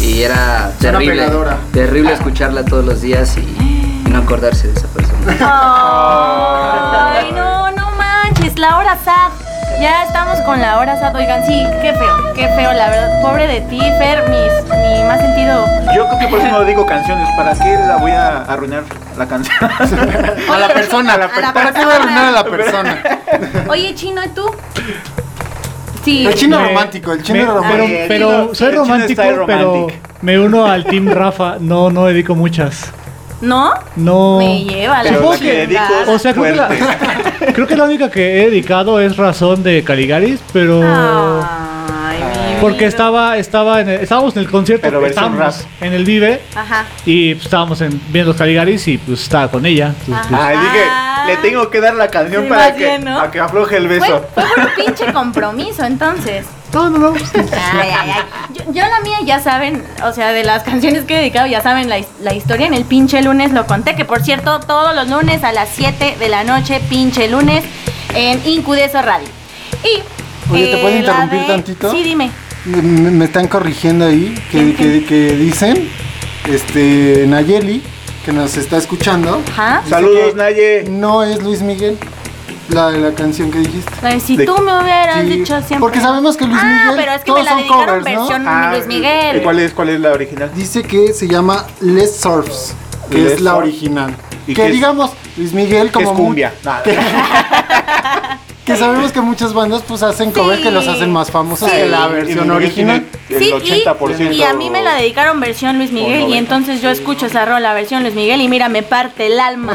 Y era Suena terrible. pegadora. Terrible escucharla todos los días y, y no acordarse de esa persona. Ay, no, no manches, la hora sad. Ya estamos con la hora sad. Oigan, sí, qué feo, qué feo, la verdad. Pobre de ti, Fer, mis, mi más sentido. Yo creo que por eso no digo canciones. ¿Para qué la voy a arruinar la canción? <laughs> A la persona, a la A la persona. ¿Para qué voy a arruinar a la persona? Oye, Chino, ¿y tú? Sí. El chino Me- romántico, el me- chino pero, romántico. pero El chino- soy el chino romántico, está pero romantic. me uno al team Rafa. No, no dedico muchas. ¿No? No. Me lleva la Supongo Pero que- dedico chingada. O sea, creo que, la, creo que la única que he dedicado es Razón de Caligaris, pero... Ah. Ay, mi Porque vida. estaba, estaba en el- estábamos en el concierto, Pero versión estábamos rap. en el Vive Ajá. y pues, estábamos en- viendo Caligaris y pues estaba con ella. Entonces, Ajá. pues, Ay, dije, Ah. le tengo que dar la canción Sí, para más que, bien, ¿no? Pues, a que afloje el Fue, beso. fue por un pinche compromiso, entonces. no, no, no. pues, Ay, ay, ay. Yo, yo la mía ya saben, o sea, de las <laughs> canciones que he dedicado, ya saben la, his- la historia. En el pinche lunes lo conté, que por cierto, todos los lunes a las 7 de la noche, pinche lunes, en Incudeso Radio. Y. eh, Oye, ¿te puedo la interrumpir de- tantito? Sí, dime. Me, me están corrigiendo ahí que, que- que dicen, este, Nayeli, que nos está escuchando, Ajá. Saludos, que- Naye. no es Luis Miguel la de la canción que dijiste. La de, Si De- tú me hubieras Sí, dicho siempre. porque sabemos que Luis Ah, Miguel pero es que todos me la son dedicaron covers, ¿no? versión Mm, Luis Ah, ¿y Miguel. ¿Cuál es, ¿Cuál es la original? Dice que se llama Les Surfs, que Les es la Surfs. original. ¿Y Que, qué es? digamos, Luis Miguel Que es como mu- cumbia. Ah, Nada. <laughs> que sabemos que muchas bandas pues hacen covers Sí. que los hacen más famosos que la Y versión Miguel original. tiene Sí, El 80%. y, y a mí me la dedicaron versión Luis Miguel y 90. entonces yo escucho esa rola versión Luis Miguel y mira, me parte el <laughs> alma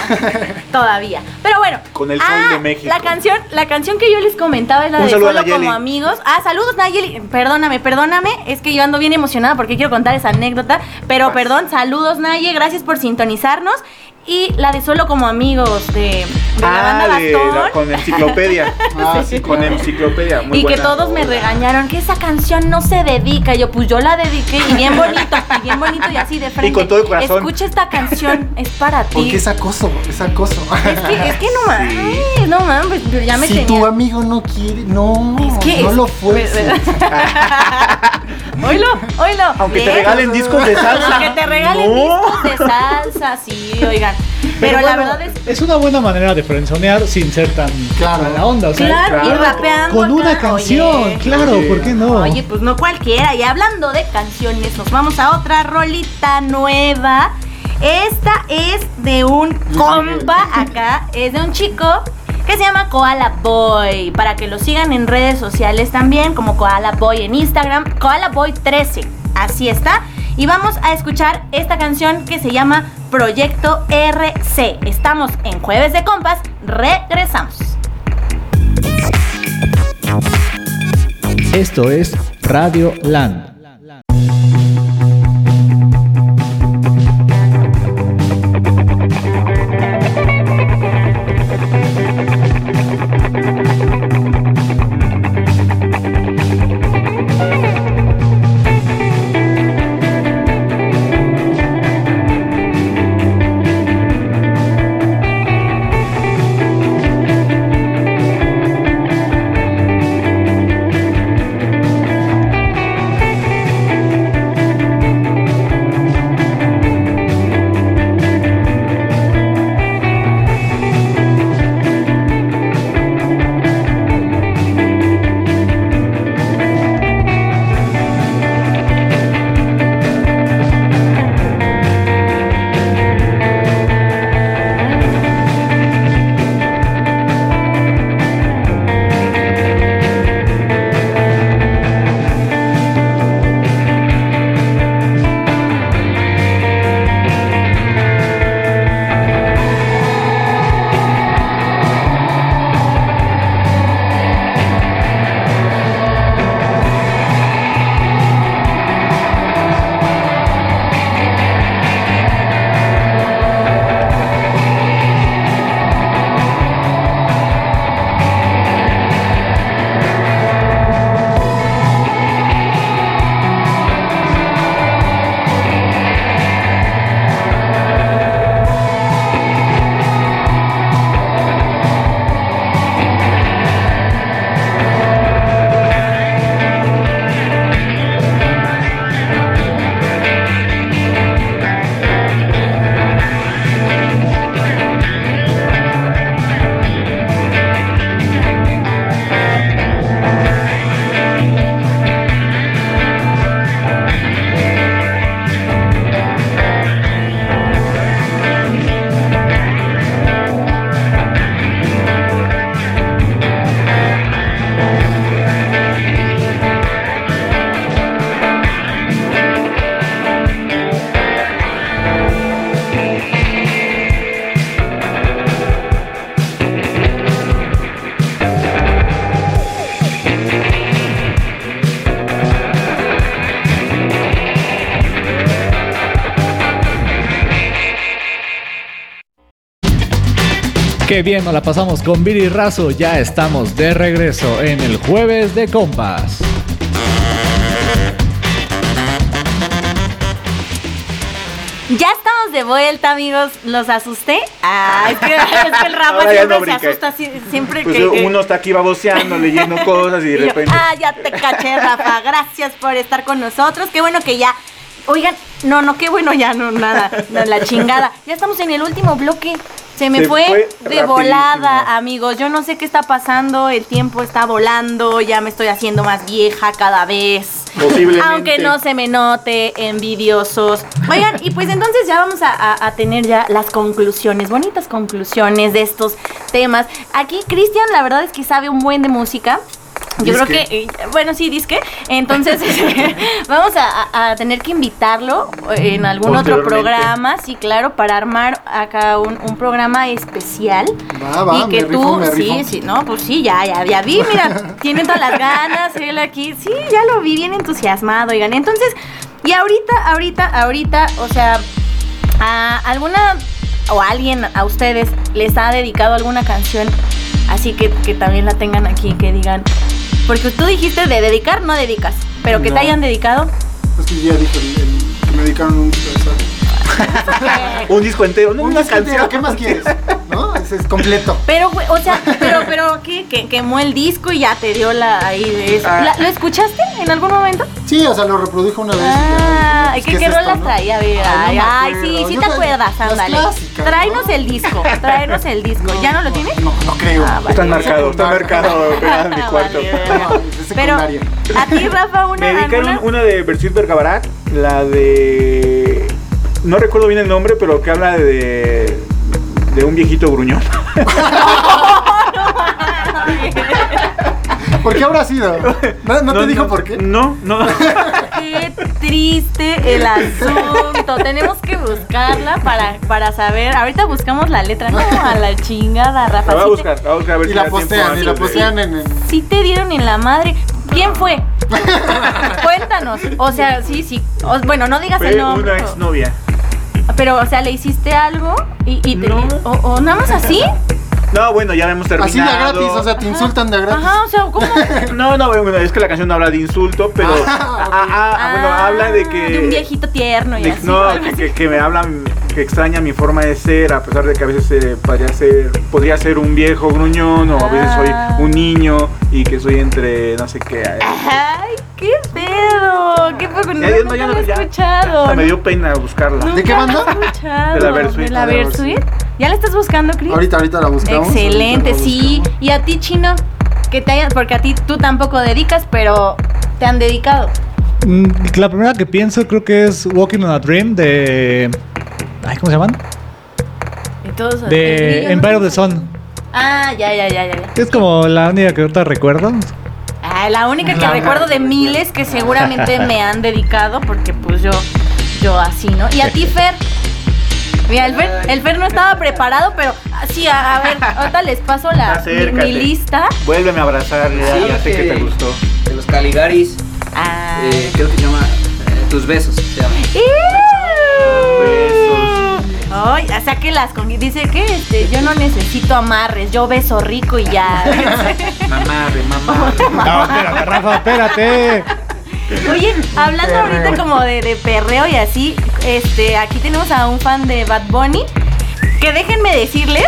todavía. Pero bueno. ah, Con el sol de México. La canción, la canción que yo les comentaba es la Un de saludo a Solo Nayeli. como amigos. Ah, saludos Nayeli. Perdóname, perdóname. Es que yo ando bien emocionada porque quiero contar esa anécdota. Pero perdón, saludos Nayeli. Gracias por sintonizarnos. Y la de Solo como amigos de, de la Ah, banda de Bastón. la- <laughs> con enciclopedia. Ah, sí, con enciclopedia. Muy Y que buena. todos me regañaron que esa canción no se dedica. Yo, pues yo la dediqué y bien bonito, y bien bonito y así de frente. con todo el corazón. Escucha esta canción, es para ti. Porque es acoso, es acoso. Es que, es que no mames, no mames, pues <laughs> ya me si tenía- tu amigo no quiere, no, Es que no es- lo fuerces. Oílo, oílo. Aunque te ¿Ves? regalen <laughs> discos de salsa. ¿Eh? Aunque te regalen No. discos de salsa, sí, oigan. Pero, la pues, bueno, verdad es es una buena manera de frenzonear sin ser tan Claro. mala onda. o sea, Claro, y claro, rapeando Con una acá, canción, oye. claro, ¿por qué no? Oye, pues no cualquiera. Y hablando de canciones, nos vamos a otra rolita nueva. Esta es de un compa acá, es de un chico que se llama Koala Boy. Para que lo sigan en redes sociales también, como Koala Boy en Instagram, Koala Boy 13. Así está. Y vamos a escuchar esta canción que se llama Proyecto RC. Estamos en Jueves de Compas, regresamos. Esto es Radio LAN. Qué bien nos la pasamos con Viri Razo. Ya estamos de regreso en el jueves de compas. Ya estamos de vuelta, amigos. ¿Los asusté? Ah, es que, es que el Rafa Ahora ya no siempre se brinqué. asusta, si- siempre Pues que... que- uno está aquí baboseando, leyendo cosas y de yo, repente. ah, ya te caché, Rafa. Gracias por estar con nosotros. Qué bueno que ya... Oigan, no, no, qué bueno ya, no, nada. no, la chingada. Ya estamos en el último bloque. Se me Se fue, fue de rapidísimo. volada, amigos. Yo no sé qué está pasando. El tiempo está volando. Ya me estoy haciendo más vieja cada vez. Posiblemente. Aunque no se me note, envidiosos. Oigan, y pues entonces ya vamos a, a- a tener ya las conclusiones, bonitas conclusiones de estos temas. Aquí Cristian, la verdad es que sabe un buen de música. Yo creo que, Disque. eh, bueno, sí, disque. <laughs> Entonces, <laughs> vamos a, a- a tener que invitarlo eh, en algún otro Posteriormente. programa, sí, claro, para armar acá un, un programa especial. Va, va, y que me tú, rifo, me sí, rifo. sí, no, pues sí, ya, ya, ya vi, <laughs> mira, tiene todas las ganas, él aquí, sí, ya lo vi bien entusiasmado, oigan, entonces, y ahorita, ahorita, ahorita, o sea, a alguna o alguien a ustedes les ha dedicado alguna canción, así que, que también la tengan aquí, que digan, porque tú dijiste de dedicar, no dedicas, pero que No. te hayan <laughs> dedicado, <laughs> Es que ya dije, el- el- que me dedicaron un disfraz. Un disco entero, no Un una disco entero, canción. ¿Qué más quieres? ¿No? Ese es completo. Pero, güey, o sea, pero, pero, ¿qué? Que quemó el disco y ya te dio la ahí de eso. ¿La- ¿Lo escuchaste en algún momento? Sí, o sea, Ah. lo reprodujo una vez. y Ah, ya dije, pues, ¿qué, es qué esto, rolas no? traía? A ver, Ay, ay, no me ay, sí, acuerdo. sí Yo te soy- acuerdas, las ándale. clásicas, Tráenos ¿no? el disco, tráenos el disco. No, ¿Ya no lo no, tienes? No, no creo. Ah, vale. Está marcado, está marcado pegado en mi Ah, cuarto. vale, verga. <laughs> No, es de Pero, secundaria. a ti, Rafa, una. Me dedicaron alguna? una de Bersuit Bergabarat, la de. No recuerdo bien el nombre, pero que habla de. de un viejito gruñón. ¿Por qué habrá <laughs> sido? ¿No, no te dijo por qué? No, no. <laughs> Qué triste el asunto. Tenemos que buscarla para, para saber. Ahorita buscamos la letra. No, a la chingada, Rafa. La voy a sí te- buscar, la voy a buscar a ver Y si la da tiempo postean, y la antes de- postean en... en- sí te dieron en la madre. ¿Quién <laughs> fue? Cuéntanos. O sea, sí, sí. O- bueno, no digas el Fue nombre. una pero- exnovia. Pero, o sea, le hiciste algo y, y te- No. o, o nada más así. No, bueno, ya la hemos terminado. Así de gratis, o sea, te insultan de gratis. Ajá, o sea, ¿cómo? No, no, bueno, es que la canción no habla de insulto, pero. <laughs> Ah, ok. Ah, ah, ah, bueno, Ah, habla de que. De un viejito tierno y de- así. no, algo así. que, que me habla, que extraña mi forma de ser, a pesar de que a veces eh, podría, ser, podría ser un viejo gruñón o a veces Ah. soy un niño y que soy entre no sé qué. eh. Ay, qué pedo. Qué poco. No, Ya, ya, nunca no, ya lo no, he ya. escuchado. Hasta me dio pena buscarla. ¿De qué Nunca lo banda? he escuchado. De la Versuit. De la Versuit. ¿Ya la estás buscando, Chris? Ahorita, ahorita la buscamos. Excelente, ahorita la sí. buscamos. Y a ti, Chino, que te hayan, porque a ti tú tampoco dedicas, pero te han dedicado. Mm, La primera que pienso creo que es Walking on a Dream de... ay, ¿Cómo se llaman? Y todos- el De grillo, Empire ¿no? of the Sun. Ah, ya, ya, ya, ya. ya. Es como la única que ahorita recuerdo. Ah, la única que recuerdo de miles que seguramente me han dedicado, porque pues yo, yo así, ¿no? Y a ti, Fer. Mira, el Fer, el Fer no estaba preparado, pero ah, sí, a, a ver, ahorita les paso la, mi, Acércate. mi lista. Vuélveme a abrazar, ya, Sí, ya sé que que- te gustó. De los Caligaris, Ah. eh, creo que se llama eh, Tus Besos. Se llama. Besos. Ay, sáquelas con. Dice que este, yo no necesito amarres, yo beso rico y <laughs> ya. Mamarre, <laughs> mamarre. No, espérate, Rafa, espérate. Oye, hablando ahorita como de, de perreo y así, este, aquí tenemos a un fan de Bad Bunny. Que déjenme decirles,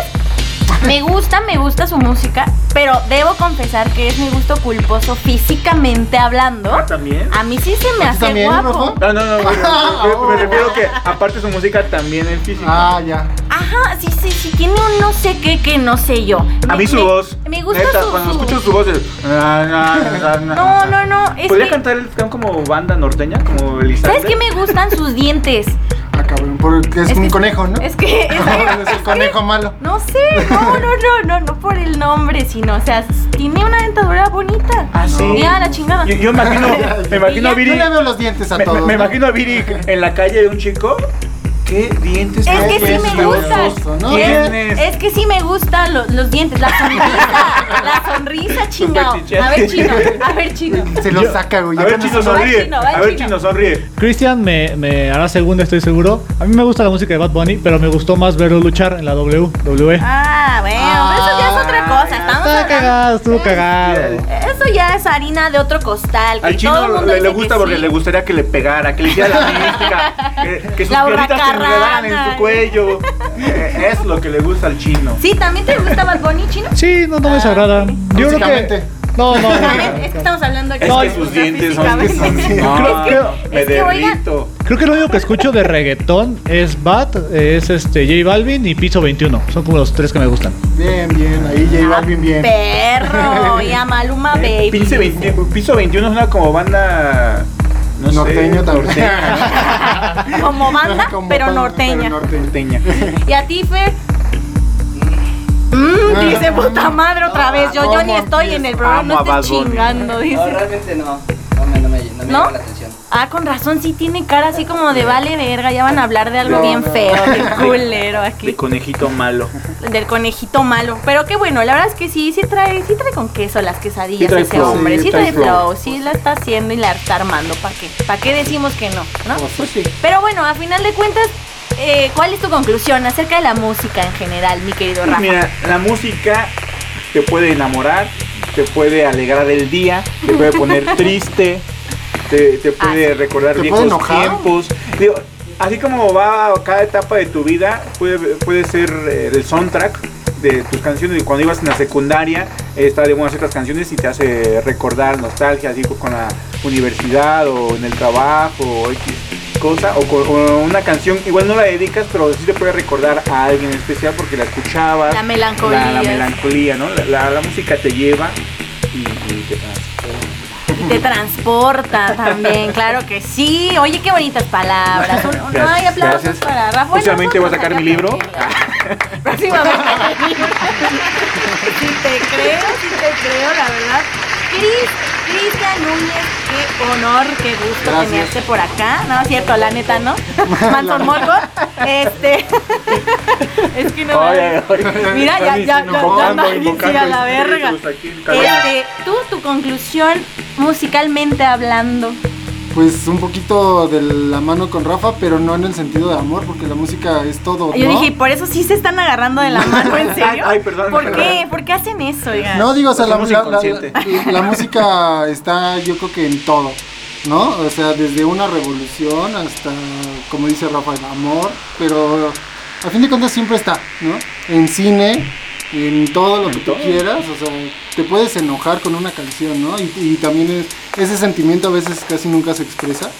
me gusta, me gusta su música, pero debo confesar que es mi gusto culposo físicamente hablando. ¿También? A mí sí se me ¿A ti hace también, guapo. Rafa? No, no, no, <laughs> bueno, yo- me Ah, Oh. refiero que aparte su música también en físico. Ah, ya. Ajá, sí, sí, sí, tiene un no sé qué que no sé yo. a Me- mí su me- voz. Me gusta neta, su, Cuando su- escucho su voz es- <laughs> No, no, no, es ¿Podría que- cantar el can como banda norteña? Como Elizabeth. ¿Sabes qué me gustan sus dientes? Ah, cabrón, porque es, Es un que- conejo, ¿no? Es que, <laughs> es que- <laughs> Es el conejo malo. no sé, no, no, no, no, no por el nombre, sino, o sea, tiene una dentadura bonita. Ah, sí. Ya, la chingada. Yo, yo <laughs> imagino, me imagino a Yo Viri. le veo los dientes a Me, todos. me- me ¿no? imagino a Viri en la calle de un chico. ¿Qué dientes Es tan que sí Eso me está gustan. hermoso, ¿no? Es, Tienes. es que sí me gustan lo- los dientes, la sonrisa, la sonrisa, <laughs> chingao. A ver, chino. A ver, chino. Se lo saca, güey. A ya ver, con chino, eso- va el sonríe. chino, va el A ver, chino. chino, sonríe. Cristian me, me hará segunda, estoy seguro. A mí me gusta la música de Bad Bunny, pero me gustó más verlo luchar en la W, W. E. Ah, bueno, pero eso ya es otra cosa. Estamos Está hablando. cagado, estuvo Eh. cagado. Eso ya es harina de otro costal. que Al todo el chino mundo le, le dice que gusta porque sí. le gustaría que le pegara, que le hiciera la <laughs> mística, que, que sus La piernitas se enredaran en hurracarrana. su cuello. Eh, es lo que le gusta al chino. Sí, también te gusta Bad Bunny, chino. Sí, no, no me desagrada. Yo creo que. Básicamente. No, no, no. Exactamente, Es que estamos hablando de Es cosas que sus dientes son físicamente. que <laughs> son- No, que- me es que, oigan, derrito. Creo que lo único que escucho de reggaetón es Bad, es este J Balvin y Piso 21. Son como los tres que me gustan. Bien, bien. Ahí J Balvin, bien. Ah, Perro. Y a <laughs> Maluma Eh, Baby. Piso 21, piso 21 es una como banda. No Norteño sé, también. norteña, Como banda, <laughs> Como pero banda, norteña. pero norteña. <laughs> norteña. Y a ti, Fer. Mm, dice puta madre otra vez. Yo, yo ni ¿cómo estoy en el programa, no Amo a estés Bad Bunny. chingando, No, dice. realmente no. No me, no me, no me ¿No? llama la atención. Ah, con razón, sí tiene cara así como de vale verga. Ya van a hablar de algo bien feo, de culero De aquí. conejito malo. Del conejito malo. Pero qué bueno, la verdad es que sí, sí trae, sí trae con queso las quesadillas Sí trae ese flow. hombre. Sí, Sí, trae trae flow, sí la está haciendo y la está armando. ¿Para qué? ¿Para qué decimos que no? ¿No? Pero bueno, a final de cuentas, eh, ¿cuál es tu conclusión acerca de la música en general, mi querido Rafa? Pues Mira, la música te puede enamorar, te puede alegrar el día, te puede <laughs> poner triste, te, te Ah, puede recordar Te puede viejos enojar. tiempos. Digo, así como va cada etapa de tu vida, puede, puede ser eh, el soundtrack de tus canciones. Cuando ibas en la secundaria, eh, estaba de buenas ciertas canciones y te hace recordar nostalgia, así con la universidad o en el trabajo o X cosa o, con- o una canción igual no la dedicas pero sí te puede recordar a alguien en especial porque la escuchabas La melancolía. la, la melancolía, ¿no? La, la- la música te lleva y, y te transporta. Te transporta también, claro que sí. Oye, qué bonitas palabras. Un- un- no hay Gracias, aplausos gracias. para Rafa. Bueno, Próximamente voy a nosotros sacar acá mi libro. también. <laughs> Próximamente. si te creo, si te creo, la verdad. Cris, Cristian Núñez, qué honor, qué gusto Gracias. tenerte por acá. No, es cierto, la neta, <laughs> ¿no? Manson Morgo. Este. <laughs> es que no. Oye, oye. Mira, ya, ya, ya, ya, Invocando, anda bien, sí, invocando a la verga. espíritus aquí en cabina. Este, tú, tu conclusión musicalmente hablando. Pues un poquito de la mano con Rafa, pero no en el sentido de amor, porque la música es todo. Yo ¿no? dije, ¿y por eso sí se están agarrando de la <laughs> mano, en serio? Ay, perdón, ¿Por perdón. qué? ¿Por qué hacen eso, oigan? No, digo, o sea, la, Somos la- la- inconscientes. la música está, yo creo que en todo, ¿no? O sea, desde una revolución hasta, como dice Rafa, el amor, pero a fin de cuentas siempre está, ¿no? En cine, en todo lo que tú quieras, o sea, te puedes enojar con una canción, ¿no? Y, y también es- ese sentimiento a veces casi nunca se expresa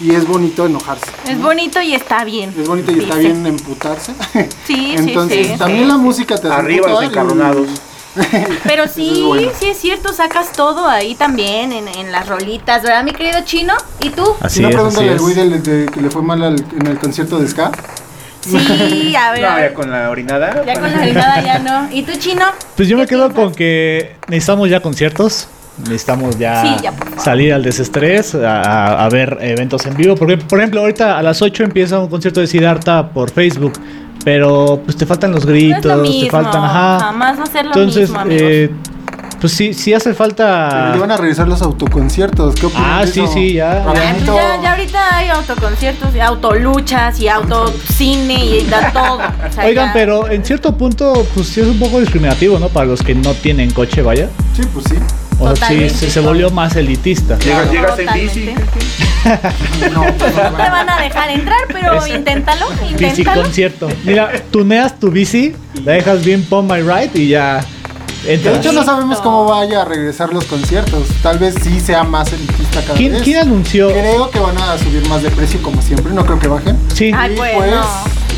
y es bonito enojarse. Es bonito y está bien. Es bonito y está Dice. bien emputarse. <laughs> Sí, sí, Entonces, sí, también sí, la sí. música te hace Arriba los emputar y- encarronados. Pero <laughs> Eso sí, es bueno. sí es cierto, sacas todo ahí también en, en las rolitas, ¿verdad, mi querido chino? ¿Y tú? Si Así no, es, así pregúntale al es. güey del- de- que le fue mal al- en el concierto de Ska. Sí, a ver. No, a ver. ya con la orinada. Ya con la delgada ya no. ¿Y tú, chino? Pues yo me ¿Qué quedo piensas? con que necesitamos ya conciertos. Necesitamos ya, Sí, ya, por favor. salir al desestrés, a, a- a ver eventos en vivo. Porque, por ejemplo, ahorita a las 8 empieza un concierto de Siddhartha por Facebook. Pero pues te faltan los No gritos, es lo te mismo, faltan. Ajá. Jamás va a ser lo Entonces, mismo, amigos. eh, pues sí, sí hace falta. Le van a regresar los autoconciertos. ¿Qué opinas Ah, de sí, eso? sí, ya. Ah, pues Ramonito. ya, ya ahorita hay autoconciertos, y autoluchas y autocine y da todo. O sea, Oigan, ya- pero en cierto punto, pues sí es un poco discriminativo, ¿no? Para los que no tienen coche, vaya. Sí, pues sí. O sea, sí, Totalmente. se, se volvió más elitista. Llegas, llegas en Totalmente. bici. No, No te van a dejar entrar, pero inténtalo, Bici inténtalo. concierto. Mira, tuneas tu bici, la dejas bien pon my ride y ya de entras. hecho, no Listo. sabemos cómo vaya a regresar los conciertos. Tal vez sí sea más elitista cada ¿Quién, vez. quién anunció? Creo que van a subir más de precio, como siempre. No creo que bajen. Sí. Ay, y pues, pues, no.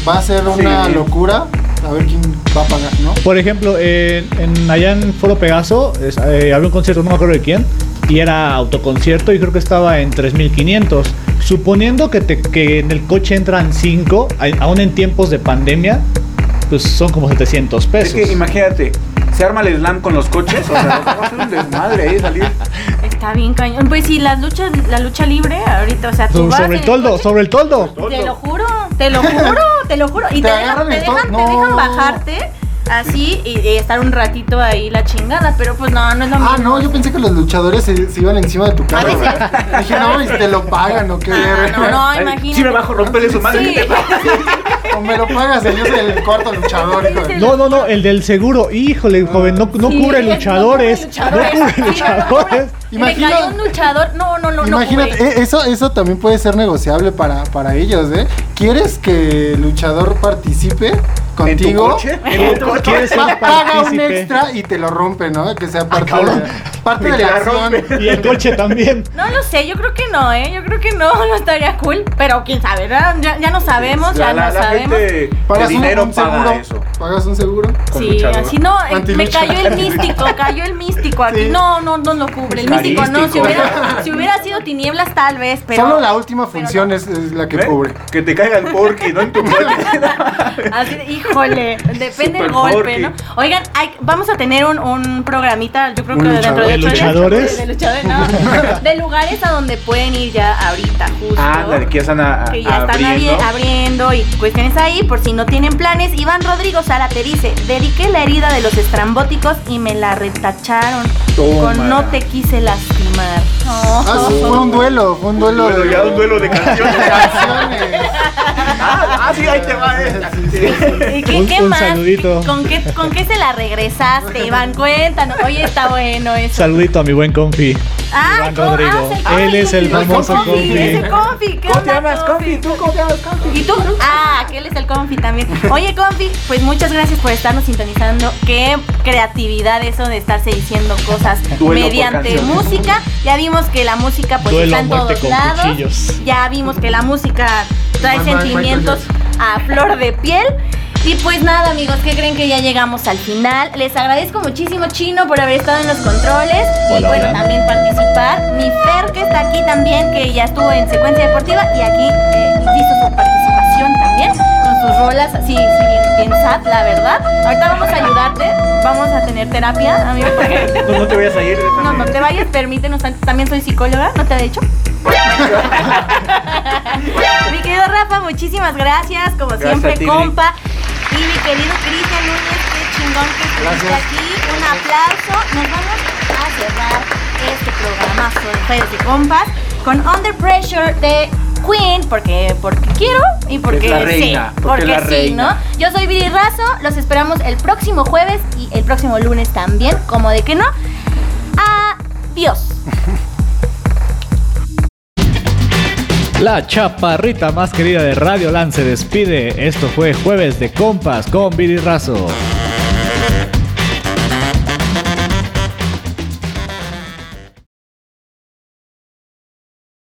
va a ser una Sí. locura. A ver quién va a pagar, ¿no? Por ejemplo, en, en- allá en Foro Pegaso es- eh, había un concierto, no me acuerdo de quién, y era autoconcierto y creo que estaba en 3.500. Suponiendo que, te- que en el coche entran 5, aún en tiempos de pandemia, pues son como <laughs> 700 Es pesos. que imagínate, se arma el slam con los coches. O sea, vamos a hacer un desmadre ahí, salir. Está bien cañón. Pues sí, las luchas, la lucha libre, ahorita, o sea, tú So- vas sobre en el toldo, coche- sobre el toldo. Te lo juro, te lo juro, te lo juro. Y te, Te dejan, agarran te el to- dejan, te no. dejan bajarte. así y, y estar un ratito ahí la chingada, pero pues no, no es lo mismo. Ah, no, yo pensé que los luchadores se, se iban encima de tu carro. veces. güey. Dije, no, y te lo pagan o qué. Ah, no, no, Ay, imagínate. Si me bajo, rompele su madre. Sí. ¿qué te pasa? O me lo pagas, y yo soy el cuarto <laughs> luchador. hijo de- No, no, no, el del seguro. Híjole, joven, no, no Sí, cubre no luchadores. No luchadores. Sí, cubre no, luchadores. Y Me Imagina- cayó un luchador. No, no, no, no. Imagínate, güey. eh, eso, eso también puede ser negociable para, para ellos, ¿eh? ¿Quieres que el luchador participe ¿En tu contigo? coche? ¿En tu coche? ¿Quieres ser <laughs> Pa- Paga un partícipe? extra y te lo rompe, ¿no? Que sea parte, Ah, cabrón. de, parte Y de te la la acción. rompe. Y el coche también. No lo sé, yo creo que no, ¿eh? Yo creo que no, <laughs> no estaría cool. Pero quién sabe, ¿verdad? Ya, ya no sabemos, ya La, la- no la sabemos. gente de Pagas un, dinero un seguro. paga eso. Pagas un seguro. con Sí, luchador. así no, eh, me Antilucha. cayó el místico, cayó el místico aquí. Sí. No, no, no lo cubre. El místico no, si Carístico. hubiera, si hubiera sido tinieblas tal vez, pero. Solo la última pero función es, es la que ¿Ve? cubre. Que te caiga el porky, no <laughs> en tu coche. Así, de- híjole, depende Super del golpe, Porky. ¿no? Oigan, hay- vamos a tener un, un programita, yo creo que Un dentro de luchador. ocho ¿De días- luchadores? De luchadores, <laughs> no. De lugares a donde pueden ir ya ahorita, justo. Ándale, que ya están a- a- que ya están abri- abriendo. abriendo y cuestiones ahí, por si no tienen planes. Iván Rodrigo Sara te dice, dediqué la herida de los estrambóticos y me la retacharon. Tómala. Con no te quise lastimar. Oh. Ah, sí, fue un duelo, fue un duelo. Bueno, de- ya un duelo de canciones. de <laughs> acciones. ah, ah, sí, ahí te va esta. Sí, sí, sí. <laughs> ¿Y qué, Un- qué un más? saludito. ¿Con qué, ¿Con qué se la regresaste, Iván? Cuéntanos. Oye, está bueno eso. Saludito a mi buen confi. ah, Iván ¿cómo? Rodrigo. Ah, el Él es el confi, famoso confi. confi. Ese confi, ¿qué ¿Cómo te onda, llamas, Confi? ¿Tú cómo te llamas, Confi? Y tú, ah, que él es el confi también. Oye, confi, pues muchas gracias por estarnos sintonizando. Qué creatividad eso de estarse diciendo cosas Duelo por mediante canción. música. Ya vimos que la música pues Duelo está a en muerte todos con lados. cuchillos. Ya vimos que la música trae Mamá de sentimientos a flor de piel. Y pues nada, amigos, ¿qué creen que ya llegamos al final? Les agradezco muchísimo, Chino, por haber estado en los controles y Hola, bueno, hola. también participar. Mi Fer, que está aquí también, que ya estuvo en secuencia deportiva y aquí eh, hizo su participación también con sus rolas. Sí, sí, bien, bien sad, la verdad. Ahorita vamos a ayudarte, vamos a tener terapia, amigo, porque No, no te vayas a ir. no, no te vayas, permítenos. tanto. También soy psicóloga, ¿no te ha <laughs> dicho? mi querido Rafa, muchísimas gracias, como Gracias a ti, siempre, Viri. compa. Y mi querido Cristian Núñez, qué chingón que estuviste Gracias. aquí. Un aplauso. Nos vamos a cerrar este programazo de Jueves de Compas con Under Pressure de Queen, porque, porque quiero y porque Es la sí, reina, porque porque, es la sí, reina. ¿no? Yo soy Viri Razo, los esperamos el próximo jueves y el próximo lunes también, como de que no. Adiós. La chaparrita más querida de Radio Land se despide. Esto fue Jueves de Compas con Viri Razo.